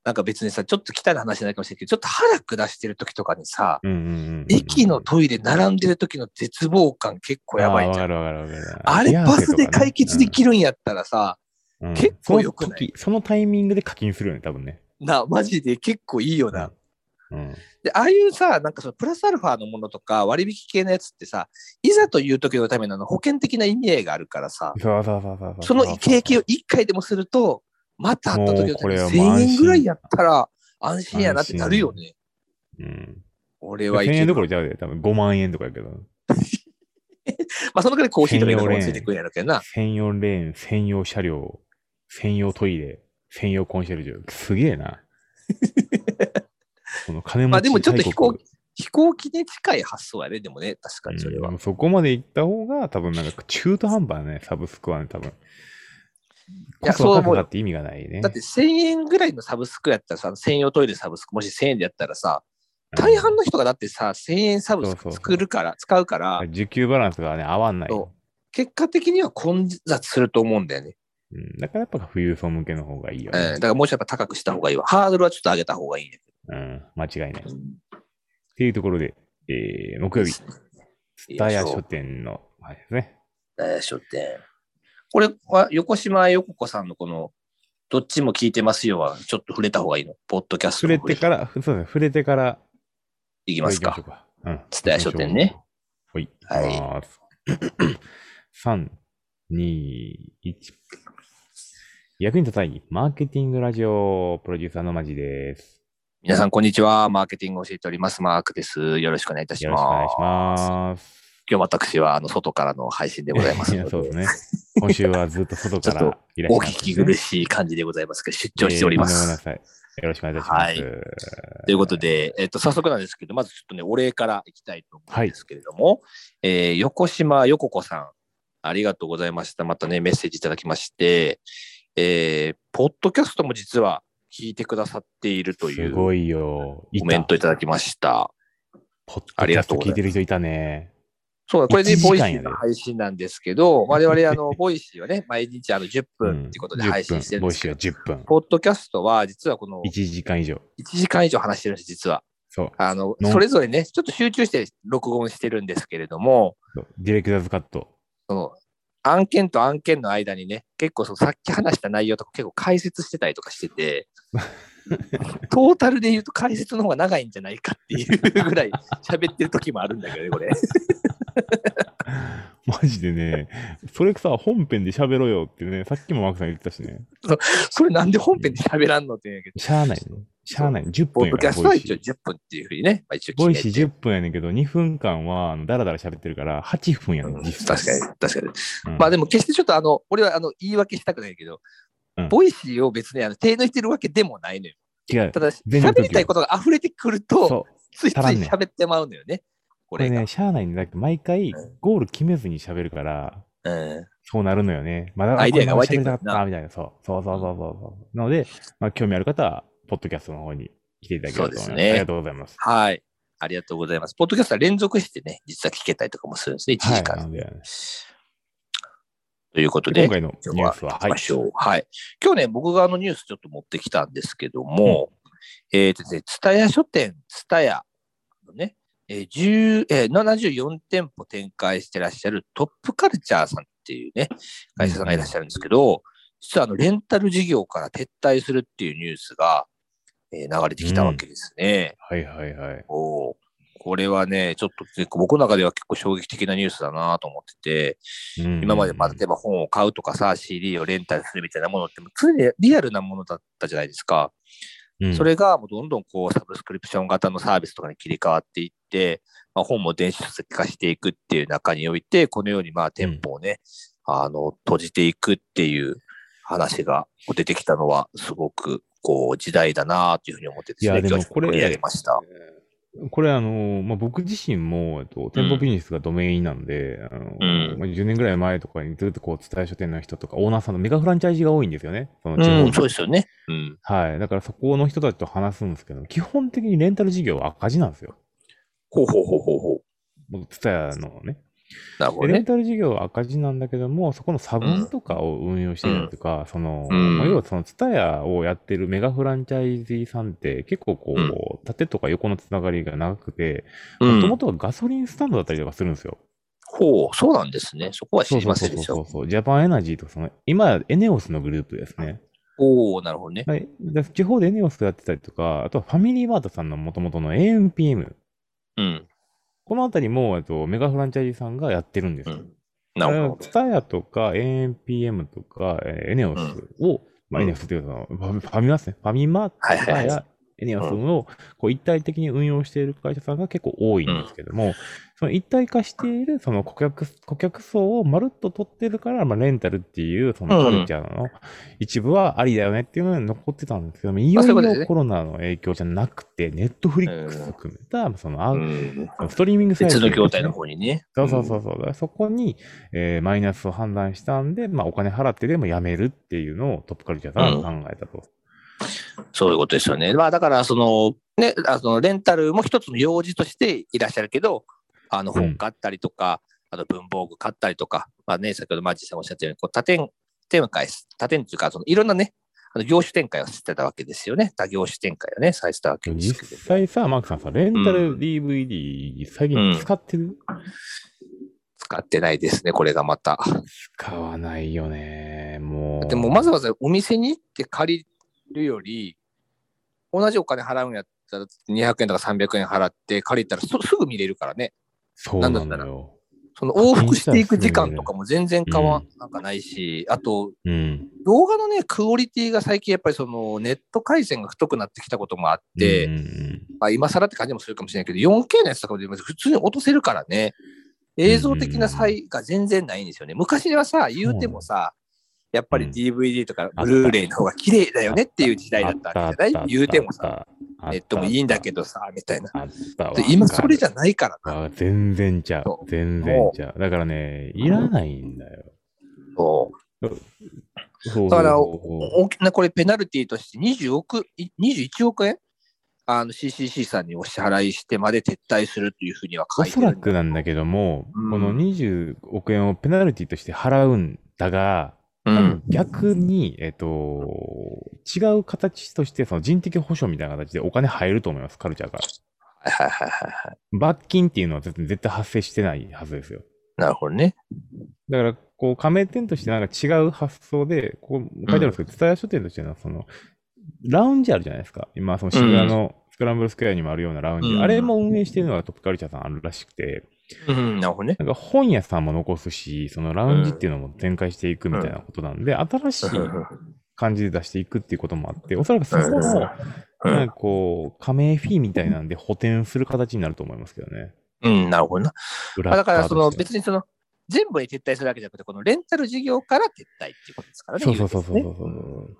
なんか別にさ、ちょっと汚い話じゃないかもしれないけど、ちょっと腹下してる時とかにさ、うんうんうんうん駅のトイレ並んでる時の絶望感結構やばいじゃあん。ーわかるわかるわかるあれ、冷やバ汗とスかねで解決できるんやったらさ、うん結構良くないその時そのタイミングで課金するよね、多分ね。な、マジで結構いいよな。うん。で、ああいうさ、なんかそのプラスアルファのものとか割引系のやつってさ、いざという時のためのあの保険的な意味合いがあるからさ、そうそうそうそうう。その経験を1回でもすると、また会った時のためにもうこれはもう1000安円心ぐらいやったら安心やなってなるよね。うん。俺はい1000け円るどころじゃうで、多分5万円とかやけど。まあそのくらいコーヒーとかいろんなものついてくるんやろうけどな。専用レーン、専用車両、専用トイレ、専用コンシェルジュ。すげえ な。この金持ちまあでもちょっと飛行大国飛行機に近い発想やね、でもね、確かにそれは。うんそこまで行った方が、多分なんか中途半端だね、サブスクはね、多分。いコやストがそう思うよ高かって意味がないね。だって1000円ぐらいのサブスクやったらさ、専用トイレサブスク、もし1000円でやったらさ、大半の人がだってさ、1000円サブスそうそうそうク作るから、使うからうん、受給バランスがね、合わんない。そ結果的には混雑すると思うんだよね。うん、だからやっぱ富裕層向けの方がいいよ、えーねだからもうちょっとやっぱ高くした方がいいわ。ハードルはちょっと上げた方がいいね。うん。間違いない。っていうところで、えー、木曜日、ですねスタヤ書店の、はいですね。えー書店。これは横島よここさんのこの、どっちも聞いてますよは、ちょっと触れた方がいいの。ポッドキャスト触れの方にてから、そうですね、触れてから、いきいますか。か。うん。蔦屋書店ね。はい。はいはい。3、2、1。役に立たないマーケティングラジオプロデューサーのまじです。皆さん、こんにちは。マーケティングを教えております。マークです。よろしくお願いいたしよまろしす。くお願いします。今日私は、あの、外からの配信でございま すやのそうでで、すね。今週はずっと外か ちょっらいらおっしゃいま聞すきね苦しい感じでございますが、出張しておりまえーとんすでも。ないよろしくお願いいたします。はいということで、えっと、早速なんですけど、まずちょっとね、お礼からいきたいと思うんですけれども、えー横島よここさん、ありがとうございました。またね、メッセージいただきまして、えーポッドキャストも実は聞いてくださっているといすうごコいよ。いたメントいただきました。ポッドキャスト聞いてる人いたね。そうだ、これで、 1ボ時イシ間やでーの配信なんですけど、我々、あ の、ボイシーはね、毎日あの10分っていうことで配信してるんですけど、ボイシーは10分。ポッドキャストは実はこの1 1時間以上。時間以上話してるんです、実は。そう。あの、のそれぞれね、ちょっと集中して録音してるんですけれども、そうディレクターズカット。その案件と案件の間にね、結構そのさっき話した内容とか結構解説してたりとかしてて、 トータルで言うと解説の方が長いんじゃないかっていうぐらい喋ってる時もあるんだけどね、 これ。 マジでね、それさ、本編で喋ろよってね、さっきもマークさん言ってたしね。それなんで本編で喋らんのって言うんやけど、しゃあないね。しゃあない。10ポ分ッやドかキらャストはボイシ一応ー。 10分っていうふうにね、まあ、一応決ボめイてシー10分やねんけど、2分間はあのダラダラ喋ってるから、8分やねうんん、確実か際。に、確かに。うんまあでも決してちょっとあの、俺はあの言い訳したくないけど、うんボイシーを別にあの手抜いてるわけでもないのよ。違 うた。だ、全然喋りたいことが溢れてくると、そう。ついつい足らんねん喋ってまうのよね。ここれれが。ね、しゃあないんだけど、毎回ゴール決めずに喋るから、うんそうなるのよね。まだアイデアが湧いてくるるななかったみたいな。そうそうそうそうそう。なので、まあ、興味ある方は、ポッドキャストの方に来ていただければと思います。そうですねありがとうございます。はい。ありがとうございます。ポッドキャストは連続してね、実は聞けたりとかもするんですね、1時間。はいなのでねということ今で、回のニュースは、行きましょう。はい。今日ね、僕があのニュースちょっと持ってきたんですけども、えっ、とですね、蔦屋書店、蔦屋のね、えー10えー74店舗展開してらっしゃるトップカルチャーさんっていうね、会社さんがいらっしゃるんですけど、実はあのレンタル事業から撤退するっていうニュースが、えー流れてきたわけですね。はいはいはい。おーこれはね、ちょっと結構僕の中では結構衝撃的なニュースだなと思ってて、うん今までまあ例えば本を買うとかさ、CD をレンタルするみたいなものって、常にリアルなものだったじゃないですか。うんそれがもうどんどんこうサブスクリプション型のサービスとかに切り替わっていって、まあ、本も電子書籍化していくっていう中において、このようにまあ店舗をね、あの、閉じていくっていう話が出てきたのは、すごくこう時代だなというふうに思ってですねいやでも今日ちょっと取り上げました。これあの、まあ、僕自身も、えっと、店舗ビジネスがドメインなんで、あのうんまあ、10年ぐらい前とかにずっとこう、伝え書店の人とか、オーナーさんのメガフランチャイジが多いんですよね。その地方のうん、そうですよね。うん。はい。だからそこの人たちと話すんですけど、基本的にレンタル事業は赤字なんですよ。ほうほうほうほうほう。僕、ツタヤのね。なるほどでレンね。タル事業は赤字なんだけども、そこの差分とかを運用しているとか、その、うんまあ要はそのツタヤをやってるメガフランチャイズさんって結構こう、うん縦とか横のつながりが長くて、うもともん、とはガソリンスタンドだったりとかするんですよ。ほう、そうなんですね。そこは知そうりそうまそせんうでしそうた。そう。ジャパンエナジーとかその、今エネオスのグループですね。おおなるほどね。はい、で地方でエネオスやってたりとか、あとはファミリーマートさんのもともとの AMPM。うん。このあたりも、えっと、メガフランチャイズさんがやってるんですうよ。ん。なるほどツ。タヤとか AMPM とか、えーエネオスを、まあ、うエんネオスっていうのはファミファミマですね。ファミマ、ツはいはいはタいヤ、エネオスをこう一体的に運用している会社さんが結構多いんですけども、その一体化しているその顧客顧客層をまるっと取ってるから、まあ、レンタルっていうそのカルチャーの一部はありだよねっていうのが残ってたんですけども、いよあいそういうことですねよコロナの影響じゃなくて、ネットフリックスを含めた、そのアうウん。ストリーミングサイト別の業態の方にね。そうそうそうそう。だからそこに、えーマイナスを判断したんで、まあ、お金払ってでもやめるっていうのをトップカルチャーさんが考えたと。そういうことですよね。まあだから、その、ね、あそのレンタルも一つの用事としていらっしゃるけど、あのうん本買ったりとか、あと文房具買ったりとか、まあね、先ほどマーチさんがおっしゃったように、こう多点展開す、多点というか、そのいろんなね、あの業種展開をしてたわけですよね。多業種展開をね、されてたわけですけ実ど。際さ、マークさんさ、レンタル DVD、最近使ってる、使ってないですね、これがまた。使わないよね。もう。でも、わざわざお店に行って借りるより、同じお金払うんやったら、200円とか300円払って借りたらそすぐ見れるからね。そうなんだよ。その往復していく時間とかも全然変わんなんかないし、あとうん。動画のね、クオリティが最近やっぱりそのネット回線が太くなってきたこともあって、うんうんうんまあ今更って感じもするかもしれないけど、4K のやつとかも普通に落とせるからね、映像的な差異が全然ないんですよね。昔はさ、言うてもさ、やっぱり DVD とかあったブルーレイの方が綺麗だよねっていう時代だったわけじゃあっない言うてもさ、さ、あったネットもいいんだけどさ、みたいな。あったわで今それじゃないからな。あ全然ちゃ。そう全然ちゃう。だからね、いらないんだよ。そうそうだからそうそうそう大きなこれペナルティとして20億、い21億円あの CCC さんにお支払いしてまで撤退するというふうには書おいてそるらくなんだけども、うんこの20億円をペナルティとして払うんだが、う多ん分。逆に、えっと、違う形として、その人的保障みたいな形でお金入ると思います、カルチャーが。はいはいはいはいはい。罰金っていうのは絶対絶対発生してないはずですよ。なるほどね。だから、こう、加盟店としてなんか違う発想で、こう書いてあるんですけど、伝え書店としてのは、その、ラウンジあるじゃないですか。今、その渋谷のスクランブルスクエアにもあるようなラウンジ。うんあれも運営してるのがトップカルチャーさんあるらしくて、うん、なるほどね。なんか本屋さんも残すし、そのラウンジっていうのも展開していくみたいなことなんで、新しい感じで出していくっていうこともあって、おそらくそこうんの、うんなんかこう、加盟フィーみたいなんで補填する形になると思いますけどね。うん、なるほどな。ブまあだから、そのラッカーとして別にその、全部に撤退するわけじゃなくて、このレンタル事業から撤退っていうことですからね。そうそうそうそう言そううてですねうん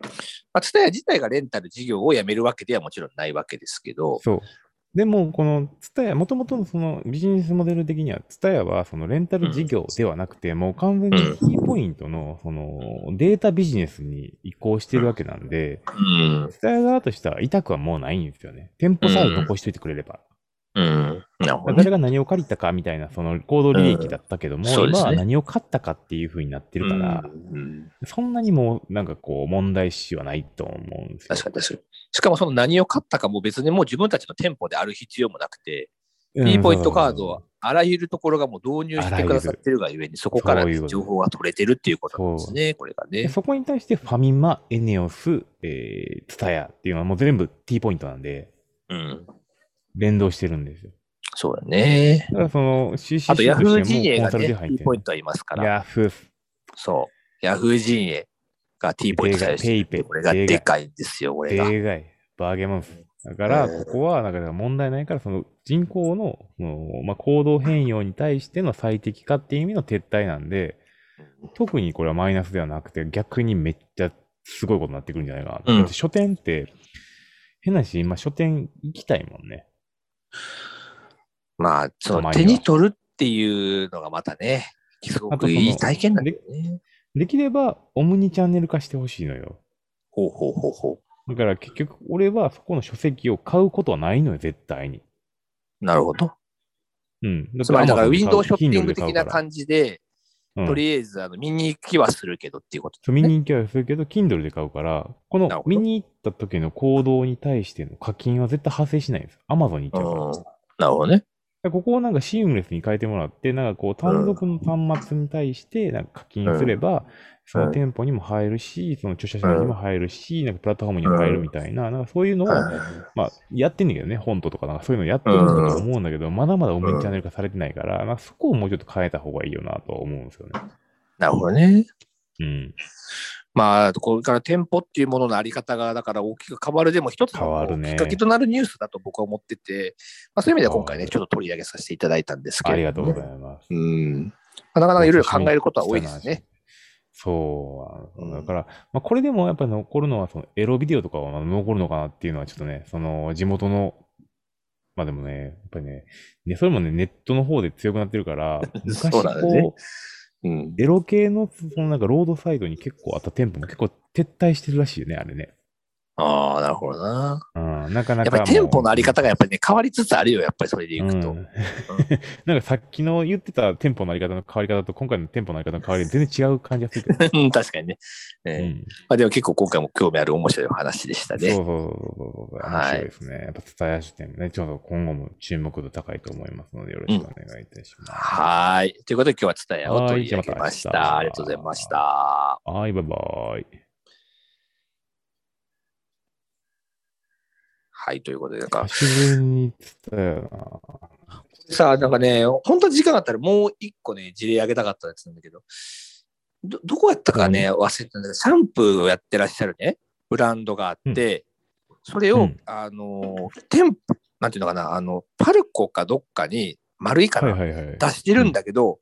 まあ、ツタヤ自体がレンタル事業をやめるわけではもちろんないわけですけど、そう。でも、このツタヤ、もともとのそのビジネスモデル的には、ツタヤはそのレンタル事業ではなくて、もう完全にキーポイントのそのデータビジネスに移行してるわけなんで、うん、ツタヤ側としては痛くはもうないんですよね。店舗さえ残しといてくれれば。うん、なるほどね。誰が何を借りたかみたいな、その行動利益だったけども、うんそうですね今は何を買ったかっていう風になってるから、うんうんそんなにもうなんかこう問題視はないと思うんですよ。確かに確かに。しかもその何を買ったかも別にもう自分たちの店舗である必要もなくて、うん P ポイントカードはあらゆるところがもう導入してくださってるがゆえに、そこからそういうこと情報が取れてるっていうことなんですね、これがでね。そこに対してファミマ、エネオス、えー、ツタヤっていうのはもう全部 T ポイントなんで、うん。連動してるんですよ。そうだね。だからその CCC あと、ヤフー陣営コがンサルでね、入って T るポイントはいますから、ヤフース、そう。ヤフー陣営が T ポイントされてペるイペイこれがでかいんですよ、これでが。ーい、バーゲモンス。だから、ここは、なんか問題ないから、その人口の、もうまあ、行動変容に対しての最適化っていう意味の撤退なんで、特にこれはマイナスではなくて、逆にめっちゃすごいことになってくるんじゃないかな。うんだって書店って、変なし、今書店行きたいもんね。まあ、そたまのには手に取るっていうのがまたね、すごあとくそのいい体験なんだよね。できれば、オムニチャンネル化してほしいのよ。ほうほうほうほだから結局、俺はそこの書籍を買うことはないのよ、絶対に。う。なるほど。うん。つまりだから、ウィンドウショッピング的なじ。感じで、うんとりあえずあの見に行きはするけどっていうことそう、見に行きはするけど、Kindle で買うから、こなるのほど見に行った時の行動に対しての課金は絶対発生しないんです。Amazon に行っちゃうから。だかうんなるほどね。らここをなんかシームレスに変えてもらって、なんかこう単独の端末に対してなんか課金すれば、その店舗にも入るし、その駐車場にも入るし、なんかプラットフォームにも入るみたいな、なんかそういうのを、まあやってんだけどね、ホントとかなんかそういうのやってるんだと思うんだけど、まだまだオメンチャンネル化されてないから、まあそこをもうちょっと変えた方がいいよなとは思うんですよね。なるほどね。うん。まあ、これから店舗っていうもののあり方が、だから大きく変わるでも一つの変わるねきっかけとなるニュースだと僕は思ってて、まあ、そういう意味では今回変わね、るちょっと取り上げさせていただいたんですけあれど、りがとうございます。うん。まあなかなかいろいろ考えることは多いですね。。そうなんですうよ。だんから、まあ、これでもやっぱり残るのは、そのエロビデオとかは残るのかなっていうのは、ちょっとね、その地元の、まあでもね、やっぱりね、ねそれもね、ネットの方で強くなってるから、昔そうこだう、ねうん。エロ系の、そのなんかロードサイドに結構あった店舗も結構撤退してるらしいよね、あれね。ああ、なるほどな。うん、なかなやっかぱもりう。店舗のあり方がやっぱりね、変わりつつあるよ、やっぱりそれでいくと。うんなんかさっきの言ってた店舗のあり方の変わり方と今回の店舗のあり方の変わり方全然違う感じがするけど、うん、確かに ね。えうーん、まあ、でも結構今回も興味ある面白い話でしたそうね。そうそうそうそう。面はい白いですね。やっぱ伝えや視点もね、ちょっと今後も注目度高いと思いますので、よろしくお願いいたします。はーい。ということで今日は伝えを取り上げましはいじゃあまた明た。日ありがとうございました。はい、バイバイ。はい、ということで、なんか久、しぶりに伝えよさあ、なんかね、本当は時間があったらもう一個ね、事例あげたかったやつなんだけど、ど、どこやったかね、忘れたんだけど、シャンプーをやってらっしゃるね、ブランドがあって、それうを、んあのー、店舗、なんていうのかな、あの、パルコかどっかに、丸いかな。な、はいはいはい。出してるんだけど、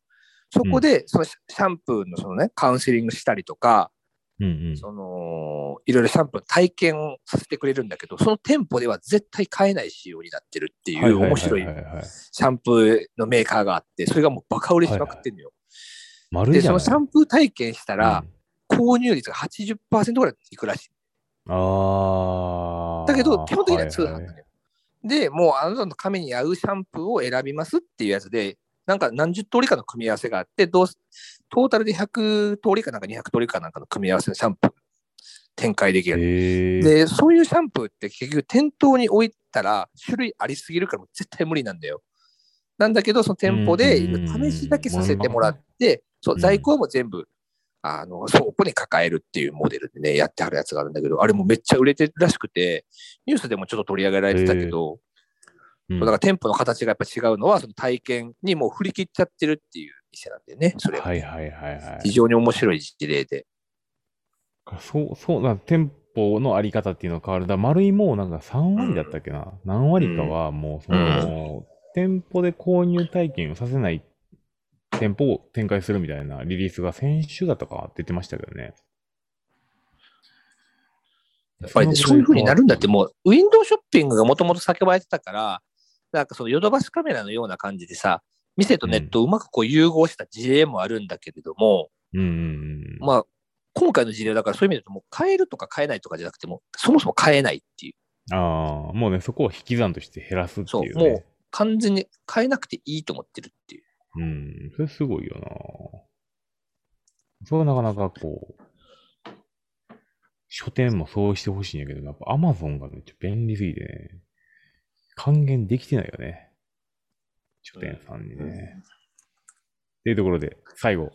そこで、そのシャンプーのそのね、カウンセリングしたりとか、うんうん。その、いろいろシャンプーの体験をさせてくれるんだけど、その店舗では絶対買えない仕様になってるっていはうはは面白いははシャンプーのメーカーがあって、それがもうバカ売れしまくってんのよ。丸いで、じゃそなのいシャンプー体験したら、うん購入率が80%ぐらいいくらしい。あー。だけど、基本的には通販なはのいよ。はいで、もうあなたの髪に合うシャンプーを選びますっていうやつで、なんか何十通りかの組み合わせがあって、どうすトータルで100通りかなんか200通りかなんかの組み合わせのシャンプー展開できる。へーで、そういうシャンプーって結局店頭に置いたら種類ありすぎるからもう絶対無理なんだよ。なんだけど、その店舗でうんうんうん試しだけさせてもらって、そううん在庫はもう全部、あの、倉庫に抱えるっていうモデルでね、やってはるやつがあるんだけど、あれもめっちゃ売れてるらしくて、ニュースでもちょっと取り上げられてたけど、うんそうだから店舗の形がやっぱ違うのは、その体験にもう振り切っちゃってるっていう店なんだよね、それがはいはいはいは非い。常に面白い事例で。そう、そうなん、店舗のあり方っていうのは変わる。だから丸いもうなんか3割だったっけな。何割かはもうその、店舗で購入体験をさせない店舗を展開するみたいなリリースが先週だったか出てましたけどね。やっぱりね、そういう風になるんだって、もう、ウィンドウショッピングがもともと叫ばれてたから、なんかそのヨドバシカメラのような感じでさ、店とネットをうまくこう融合した事例もあるんだけれども、うんうんうん。まあ、今回の事例だからそういう意味だと、もう買えるとか買えないとかじゃなくても、そもそも買えないっていう、ああ、もうね、そこを引き算として減らすっていうそうもね。完全に買えなくていいと思ってるっていう。うん。それすごいよな。それはなかなかこう、書店もそうしてほしいんやけど、やっぱ Amazon がめっちゃ便利すぎてね、還元できてないよね。書店さんにね。っていうところで、最後、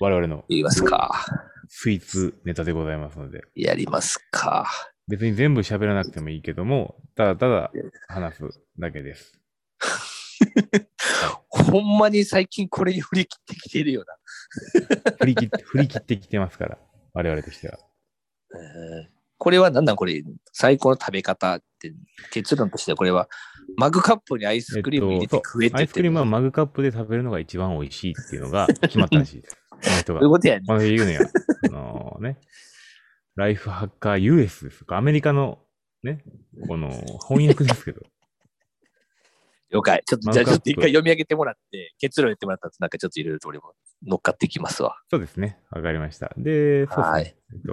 我々の言いますか。スイーツネタでございますので、やりますか。別に全部喋らなくてもいいけども、ただただ話すだけです。ほんまに最近これに振り切ってきてるよ振り切って、振り切ってきてますから、我々としては。な。うんこれはなんなんこれ、最高の食べ方って、結論としてはこれは、マグカップにアイスクリーム入れて食えってア言イっスてクるリームはマグカップで食べるのが一番美味しいっていうの が決まったらしいです。この人そ が。ういうこことやね。の人言うのや。あのね。ライフハッカー US ですか。アメリカのね、この翻訳ですけ ど。了解。ちょっと、マじゃあグちカょップっと一回読み上げてもらって、結論言ってもらったら、なんかちょっといろいろと俺も乗っかってきますわ。そうですね。わかりました。で、そうですねはい。えっと。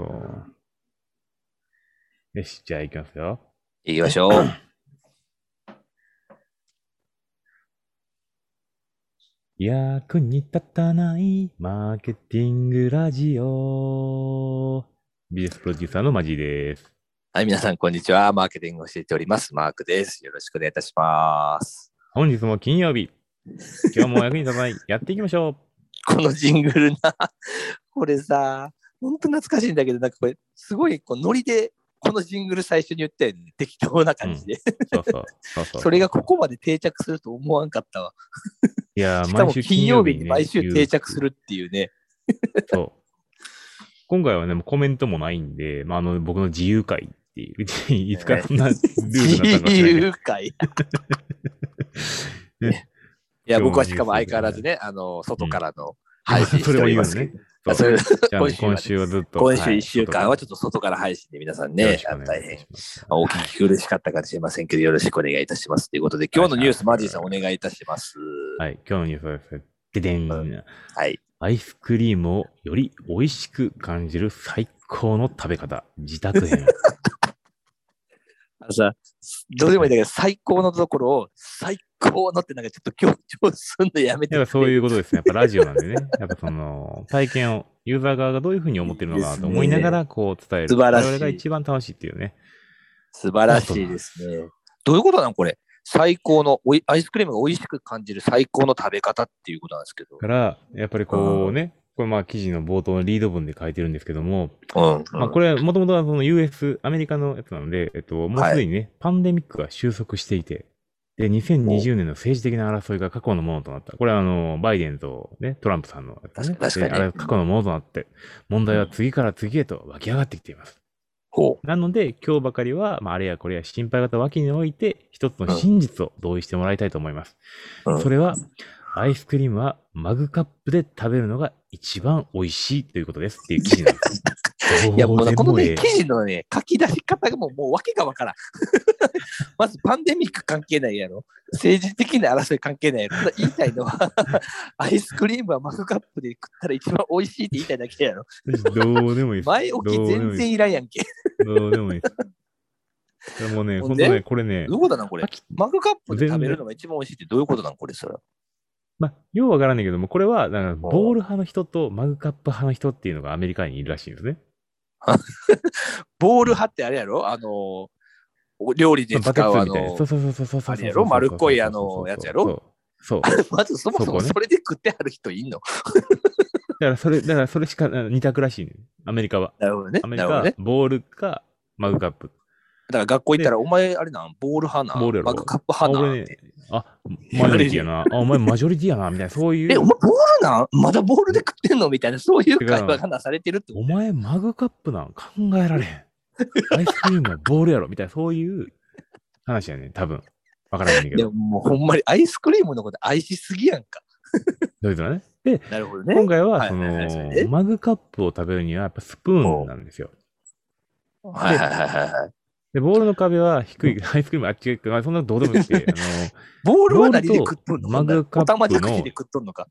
よ し、じゃあ行きますよ。行きましょう。役に立たないマーケティングラジオ。ビジネスプロデューサーのマジです。はい、皆さん、こんにちは。マーケティングを教えております。マークです。よろしくお願いいたします。本日も金曜日。今日も役に立たない。やっていきましょこのジングルな、これさ、本当懐かしいんだけど、なんかこれ、すごいこうノリで、このジングル最初に言ったよね。適当な感じで。う。そうそう。そうそうそれがここまで定着すると思わんかったわ。いやー、しかも毎週金曜日にね毎週定着す。るっていうね。言うそう。今回はね、もうコメントもないんで、まあ、あの、僕の自由会っていう、 いつからそんなルール自になったのか知らんけど由会。い ねや、僕はしかも相変わらずね、あの、外からの配信し てそれおをり言うまのすけねど。。そあうそれじゃあね今週今週ははねずっと。今週はい1週間はちょっと外から配信で皆さんね、あの大変お聞き苦しかったかもしれませんけど、よろしくお願いいたします。ということで、今日のニュース、マジーさんお願いいたします。はい、今日のニュースはです。ででん、うんはい。アイスクリームをより美味しく感じる最高の食べ方、自宅編。あのさ、どうでもいいんだけど、最高のところを、最高のってなんかちょっと強調すんのやめてくれ。やっぱそういうことですね。やっぱラジオなんでね。 やっぱその、体験を、ユーザー側がどういうふうに思ってるのかなと思いながら、こう伝える。素晴らしいそれが一番楽しいっていうね。素晴らしいですね。どういうことなのこれ。最高のおい、アイスクリームが美味しく感じる最高の食べ方っていうことなんですけど。だから、やっぱりこうね、これまあ記事の冒頭のリード文で書いてるんですけども、うん、うんまあ、これはもともとはその US、アメリカのやつなので、えっと、もうすでにね、パンデミックが収束していて、で、2020年の政治的な争いが過去のものとなった。これはあの、バイデンと、ね、トランプさんのやつね、確かに確かにであれは過去のものとなって、問題は次から次へと湧き上がってきています。ほう。なので、今日ばかりは、まあ、あれやこれや心配方を脇に置いて、一つの真実を同意してもらいたいと思います。うんそれは、アイスクリームはマグカップで食べるのが一番美味しいということですっていう記事なんです。 いや、もうどねでこのもえね、え記事のね、書き出し方がもう、もう訳がわからん。 まず、パンデミック関係ないやろ。政治的な争い関係ないやろ。ただ言いたいの は、アイスクリームはマグカップで食ったら一番美味しいって言いたいだけ やろ。どうでもいいです。前置き全然いらんやんけ。どうでもいいです。どうで もうね、ほほんんでとね、これねどう、いうことなんこれ飽き。マグカップで食べるのが一番美味しいってどういうことなんこれ、それは。まあ、ようわからんねんけども、これは、なんか、ボール派の人とマグカップ派の人っていうのがアメリカにいるらしいんですね。ボール派ってあれやろあの、お料理でバ使うケあツみたいな。のそう、そうそうそうそうそうそうそうそうそう。あれやろ丸っこいあのやつやろそうそう。そう まずそもそそもこねそれで食ってある人いんのだから、それ、だから、それしか、2択らしいね。アメリカは。なるほどね。アメリなカるほどはね。、ボールか、マグカップ。だから学校行ったら、お前あれなん、ボール派なボーんルやろマグカップあ、派な俺んっねて。、あ、マジョリティやな。あ、お前マジョリティやな、みたいな。そういえ、う。お前ボールなんまだボールで食ってんのみたいな、そういう会話がなされてるってこお前マグカップなん考えられへん。アイスクリームはボールやろ、みたいな。そういう話やね、多分。わからないんだと。けでども。もうほんまにアイスクリームのこと愛しすぎやんか。どういうことだね。で、なるほどね。今回は、そはいはいはいはいの、マグカップを食べるには、やっぱスプーンなんですよ。はいはいはいはいはい。で、ボールの壁は低い、アイスクリームあっちが行くまあ、そんなことどうでもよく て、あボールは何で食っとんのボールとマグカップのおたまじゃくしで食っとんのか。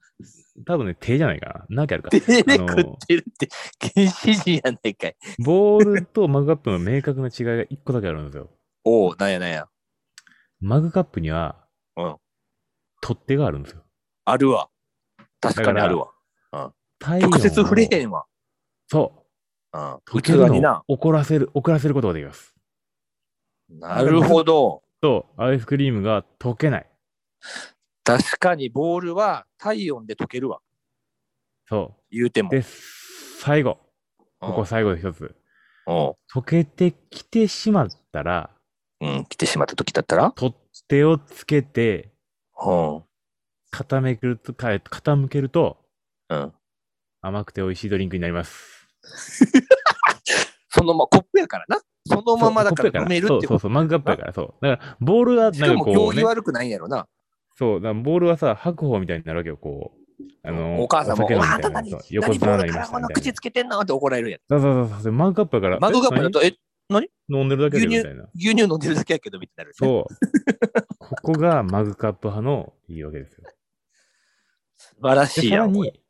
の、多分ね、手じゃないかな。なんかあるか。手であ食っの、てるって、原始人やないかい。ボールとマグカップの明確な違いが一個だけあるんですよ。おお、なんやなんや。マグカップには、うん取っ手があるんですよ。あるわ。確かだかにらあるわ。体直接触れへん。んわ。そう。うん。溶器けるにのなを。怒らせる、怒らせることができます。なるほど。と、アイスクリームが溶けない。確かにボールは体温で溶けるわ。そ言うてもう。。で、最後。うんここ最後で一つ。おう溶けてきてしまったら、うん、来てしまった時だったら、取っ手をつけて、うん、傾けると、か傾けると、うん。甘くて美味しいドリンクになります。そのままコップやからな。そのままだから飲めるそっうてそうこそう、マグカップやから、そう。だから、ボールはと。しかなんかもこ行う、儀ね、悪くないんやろな。そう、だからボールはさ、白鵬みたいになるわけよ、こう。あの、お母さんも、酒飲おみ母たさいなん何そう横何ボ綱ーになルりかまらしたこみのたいな口。つけてんのって怒られるやん。そうそうそうそう、マグカップやから、マグカップだと、え、え何飲んでるだけでみたいな。牛乳飲んでるだけやけどみたいになる、ね。そう。ここがマグカップ派のいいわけですよ。素晴らしでいさやらん。こにれ、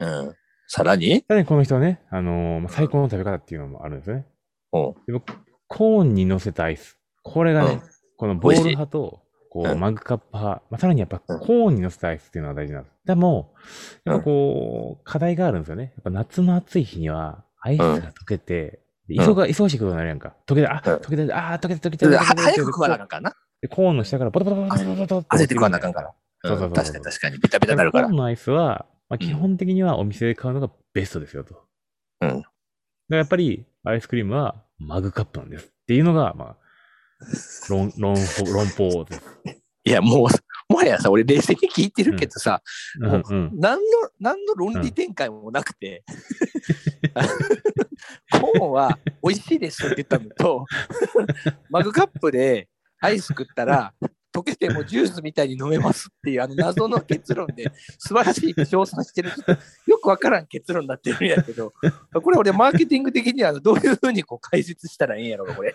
うん。さらにさらにこの人はね、あのーまあ最高の食べ方っていうのもあるんですよね。おうで僕コーンに乗せたアイス。これがね、うんこのボール派とこはう、いマグカップ派、まあ、さらにやっぱコーンに乗せたアイスっていうのが大事なんです。でも、やっぱこう、課題があるんですよね。やっぱ夏の暑い日には、アイスが溶けて、でうん急が、忙しいことになるやんか。溶けて、あ、うん溶けて、あー、溶けて、溶けて。それで溶けて早く食わなあかでんからな。コーンの下からボトボトボトボトボトボトボト焦って食わなあかんから。そうそううんそう確かに確かに。ビタビタになるからコー。ンのアイスは、まあ、うん基本的にはお店で買うのがベストですよと。うんだからやっぱり、アイスクリームはマグカップなんですっていうのが、まあ、論、論法、論法です。いや、もう、もはやさ、俺冷静に聞いてるけどさ、うんうん。何の、何の論理展開もなくて、コーンは美味しいですって言ったのと、マグカップでアイス食ったら、溶けてもジュースみたいに飲めますっていう、あの謎の結論で、素晴らしいって称賛してる、ちょっとよくわからん結論になってるんやけど、これ俺、マーケティング的にはどういうふうにこう解説したらええんやろうか、これ。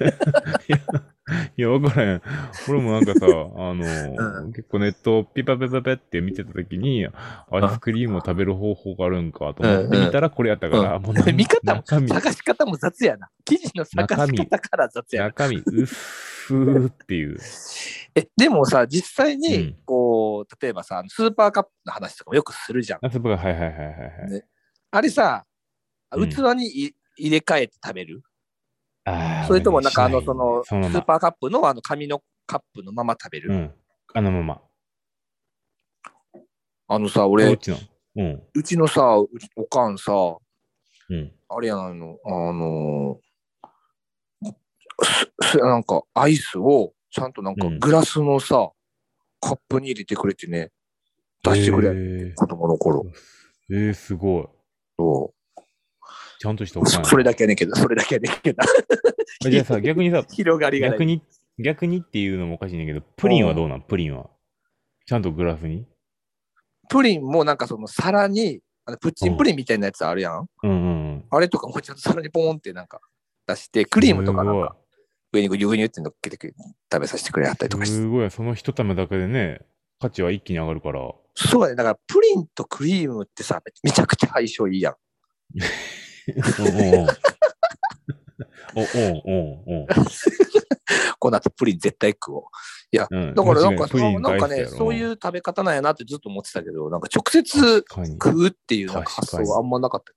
いや、わからん。俺もなんか さ、あのー、う結構ネットをピパピパピって見てたときに、アイスクリームを食べる方法があるんかと思ってみたら、これやったから、もうなん見方も中身、探し方も雑やな。記事の探し方から雑やな。中身、うっすーっていう。え、でもさ、実際うにん、こう、例えばさ、スーパーカップの話とかもよくするじゃん。あ、そうか、はいはいはいはいはい。あれさ、うん器にい、入れ替えて食べるあーそれともなんかあの、しその、そのスーまま。パーカップのあの紙のカップのまま食べる、うん。あのまま。あのさ、どっ俺、ちのうん。うちのさ、うちおかんさ、うん。あれやないの、あのすすなんかアイスをちゃんとなんかうんグラスのさ、カップに入れてくれてね、出してくれ、え子供の頃。ー、えーすごい。そうちゃんとしたおそ金。それだけやねんけど、それだけやねん けどな。あじゃあ さ、逆にさ、広がりがな逆い。に、逆にっていうのもおかしいんだけど、プリンはどうなんプリンは。ちゃんとグラスにプリンもなんかその皿に、あのプッチンプリンみたいなやつあるやん。うんうんうん。あれとかもちゃんと皿にポーンってなんか出して、クリームとかなんか上にぐにゅぐにゅって乗っけてくれ食べさせてくれはったりすとごかい。して。すごい。その一玉だけでね、価値は一気に上がる から。そうだね。だからプリンとクリームってさ、めちゃくちゃ相性いいやん。おおおおおおこの後プリン絶対食おう。おうんだからなんか確にそうなんプリかン大好きね、やろそういう食べ方なんやなってずっと思ってたけど、なんか直接確かに。食うっていうなんか発想はあんまなかった。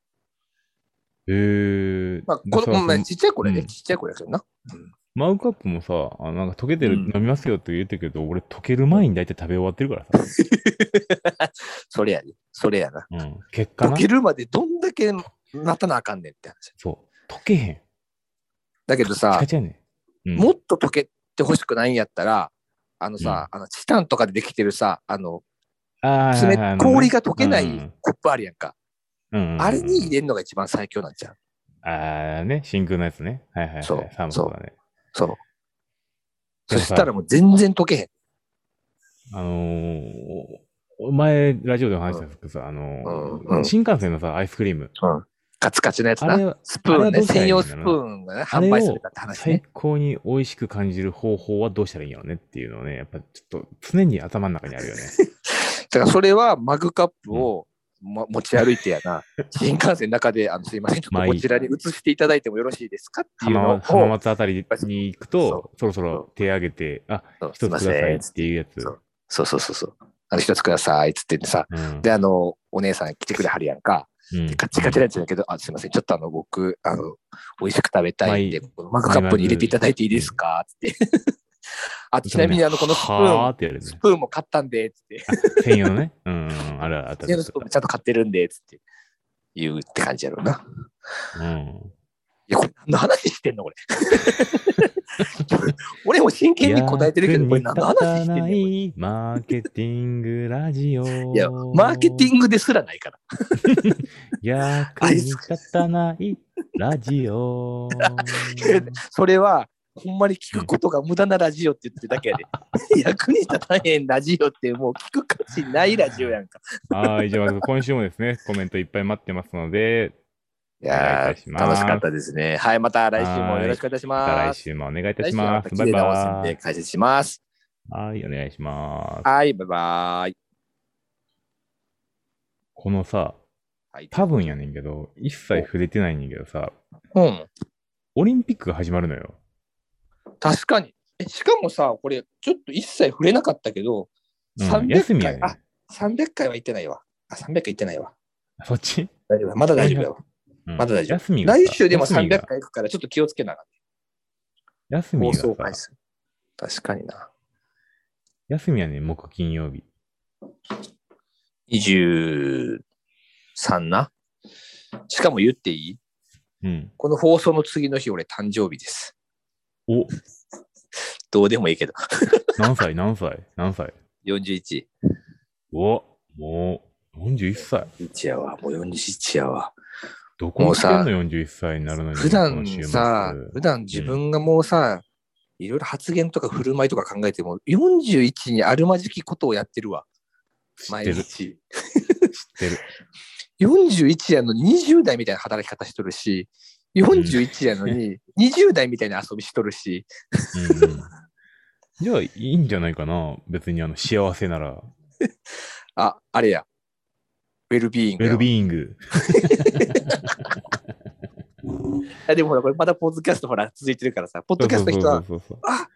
えー、まあ、でこさの、まそあのちっちゃい頃やね、うんちっちゃい頃やけどな。マウカップもさ、あなんか溶けてる、うん飲みますよって言ってるけど、俺溶ける前に大体食べ終わってるからさ。それやね。それやな。うん。結果溶な。けるまでどんだけ待たなあかんねんって話。そう。溶けへん。チだけどさカ、チカやねん。うんもっと溶けてほしくないんやったら、あのさ、あのチタンとかでできてるさ、あの、あー冷はいはいはい氷が溶けなういんコップあるやんか。うんうんあれに入れるのが一番最強なんじゃん。ああね、真空のやつね。はいはい、はい。そうサーモンとかね。そう。でそもさしたらもう全然溶けへん。あのー、お前、ラジオでも話したんですけどさ、あのーうんうん新幹線のさ、アイスクリーム。カチカチのやつあれな。はスプーンあれはどね。うしたらいいんだ専ろ用うスプーンがね、あれ販売さをれたって話最ね。高に美味しく感じる方法はどうしたらいいんやろうねっていうのをね、やっぱちょっと常に頭の中にあるよね。だからそれはマグカップを、も持ち歩いてや な。新幹線の中で、あのすいません、ちょっまあといいこちらに移していただいてもよろしいですかっていうの浜を、浜松あたりに行くとそ、そろそろ手挙げて、あ、そう一すいつまくださせいんっ。ていうやつ。そうそうそうそうそう。あの一つくださいっつってさ、うんで、あの、お姉さん来てくれはるやんか。うんでカチカチなやつだけど、あ、すいません、ちょっとあの、僕、あの、美味しく食べたいんで、まこのマグカップに入れていただいていいですかって。あと、ちなみにあの、このスプはーーン、ってやるねス。プーンも買ったんで、つって。専用のね。うんうん、あれあった家のスプーンもちゃんと買ってるんで、つって。言うって感じやろうな。うん。いや、これ何の話してんのこれ。 俺も真剣に答えてるけど、これ何の話してんの役に立たないマーケティングラジオ。いや、マーケティグ。ングですらないから。役に立たないラジオ。それは、ほんまに聞くことが無駄なラジオって言ってるだけやで。 役に立たへんラジオって、もう聞く価値ないラジオや んか。はい、じゃあまず今週もですね、コメントいっぱい待ってますので、いやーや楽しかったですね。はい、また来週もよろしくお願いしまたま来す。週もお願いいた来し週はままたす。綺バイ麗な温泉バでイ。解説します。はい、お願いします。はい、バイバイ。このさ、はい、多分やねんけど、一切触れてないねんけどさ、うん、オリンピックが始まるのよ。確かに。えしかもさ、これ、ちょっと一切触れなかったけど、うん、休みやねあ300回は行ってないわ。あ、300回行ってないわ。そっち、大丈夫だまだ大丈夫だわ。うんまだ大丈夫休みがさ来週でも休み300が回行くから、ちょっと気をつけなが休ら。み放が送回さ数。確かにな。休みやね木金曜日。 23な。しかも言っていいうん。この放送の次の日、俺誕生日です。お、どうでもいいけど。何 歳何歳何歳41。お、もう、41歳。 41やわ。もう41やわ。どこに来てんもうさの ?41 歳になるのに。普この段週末さ、普段自分がもうさ、いろいろ発言とか振る舞いとか考えても、41にあるまじきことをやってるわ。知っ毎てる、知っ日。て る。 41やのに20代みたいな働き方しとるし、41やのに20代みたいな遊びしとるし、うんうんじゃあ、いいんじゃないかな別に、あの、幸せなら。あ、あれや。ウェルビーインウグェやわ。ルビーイング。あでもほら、これまだポッドキャストほら、続いてるからさ、ポッドキャストの人そは、うそうそうそうあ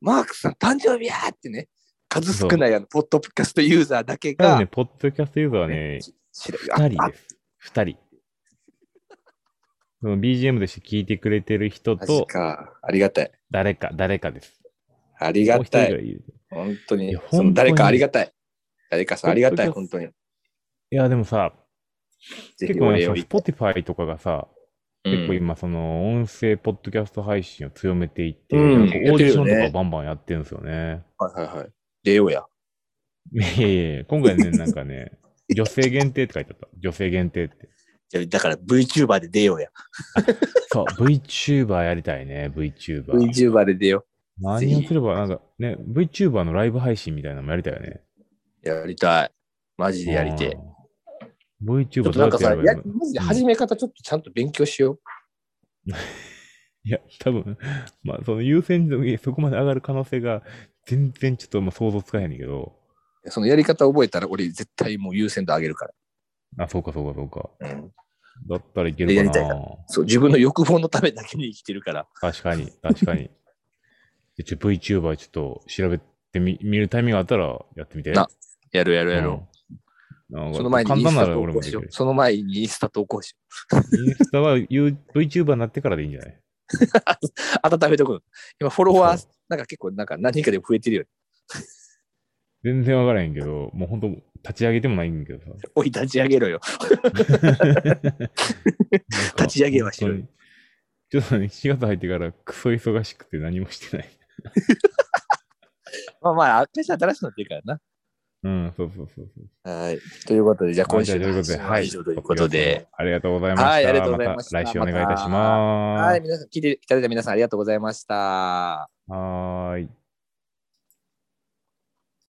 マークさん誕生日やーってね、数少ないあのポッドキャストユーザーだけ多分がね、、ポッドキャストユーザーはね、知ら2人あです。2人。 その BGM として聞いてくれてる人マとジ、か。ありがたい。誰か、誰かです。ありもうが一人たぐい。らいいる本当いにや。そ本当のに誰かありがたい。誰かさんありがたい、本本当に。いや、でもさ、ぜ結ひ構おね、礼そをの言って。 Spotify とかがさ、結構今、その音声ポッドキャスト配信を強めていって、うんなんかオーディションとやってるよかねバンバンやってるんですよね。うんはいはいはい。出ようや。いやいやいや、今回ね、なんか ね、女性限定って書いてあった。女性限定って。じゃあだから VTuber で出ようや。そう、VTuber やりたいね、VTuber。 VTuber で出よ何をすれば、なんかね、VTuber のライブ配信みたいなのもやりたいよね。う。やりたい。マジでやりてえ。うん。VTuber ちょっとどうやっなんかてやさ、ればやいいのマジで始め方ちょっとちゃんと勉強しよう。いや、多分、まあ、その優先順位そこまで上がる可能性が、全然ちょっともう想像つかへんねんけど。そのやり方覚えたら俺絶対もう優先度上げるかあ、そうかそうかそうか。ら。うん。だったらいけるかな。でやりたいそう、自分の欲望のためだけに生きてるから。確かに、確かに。 でちょ VTuber ちょっと調べてみ見るタイミングがあったらやってみて。なやるやるやる。うんなんかその前にイ簡ン単スなタら俺投も稿でしきようる。。その前にインスタ投稿しよ。インスタは U- VTuber になってからでいいんじゃないう温めとくの。今フォロワーそ、なんか結構なんか何人かでも増えてるよね。全然わからへんけど、もう本当立ち上げてもないん だけどおい、立ち上げろよ。さ。立ち上げはしろよ本当にちょっとね、7月入ってからクソ忙しくて何もしてない。まあまあ、会社新しくなってるからな。うん、そうそうそうそう。はい。ということで、じゃあ今週はいじゃあということで、のは配い。信は以上ということで。ありがとうございました。はいありがとうございました来週お願いいたしままはい、す。皆さん、聞いていただいた皆さんありがとうございました。はーい。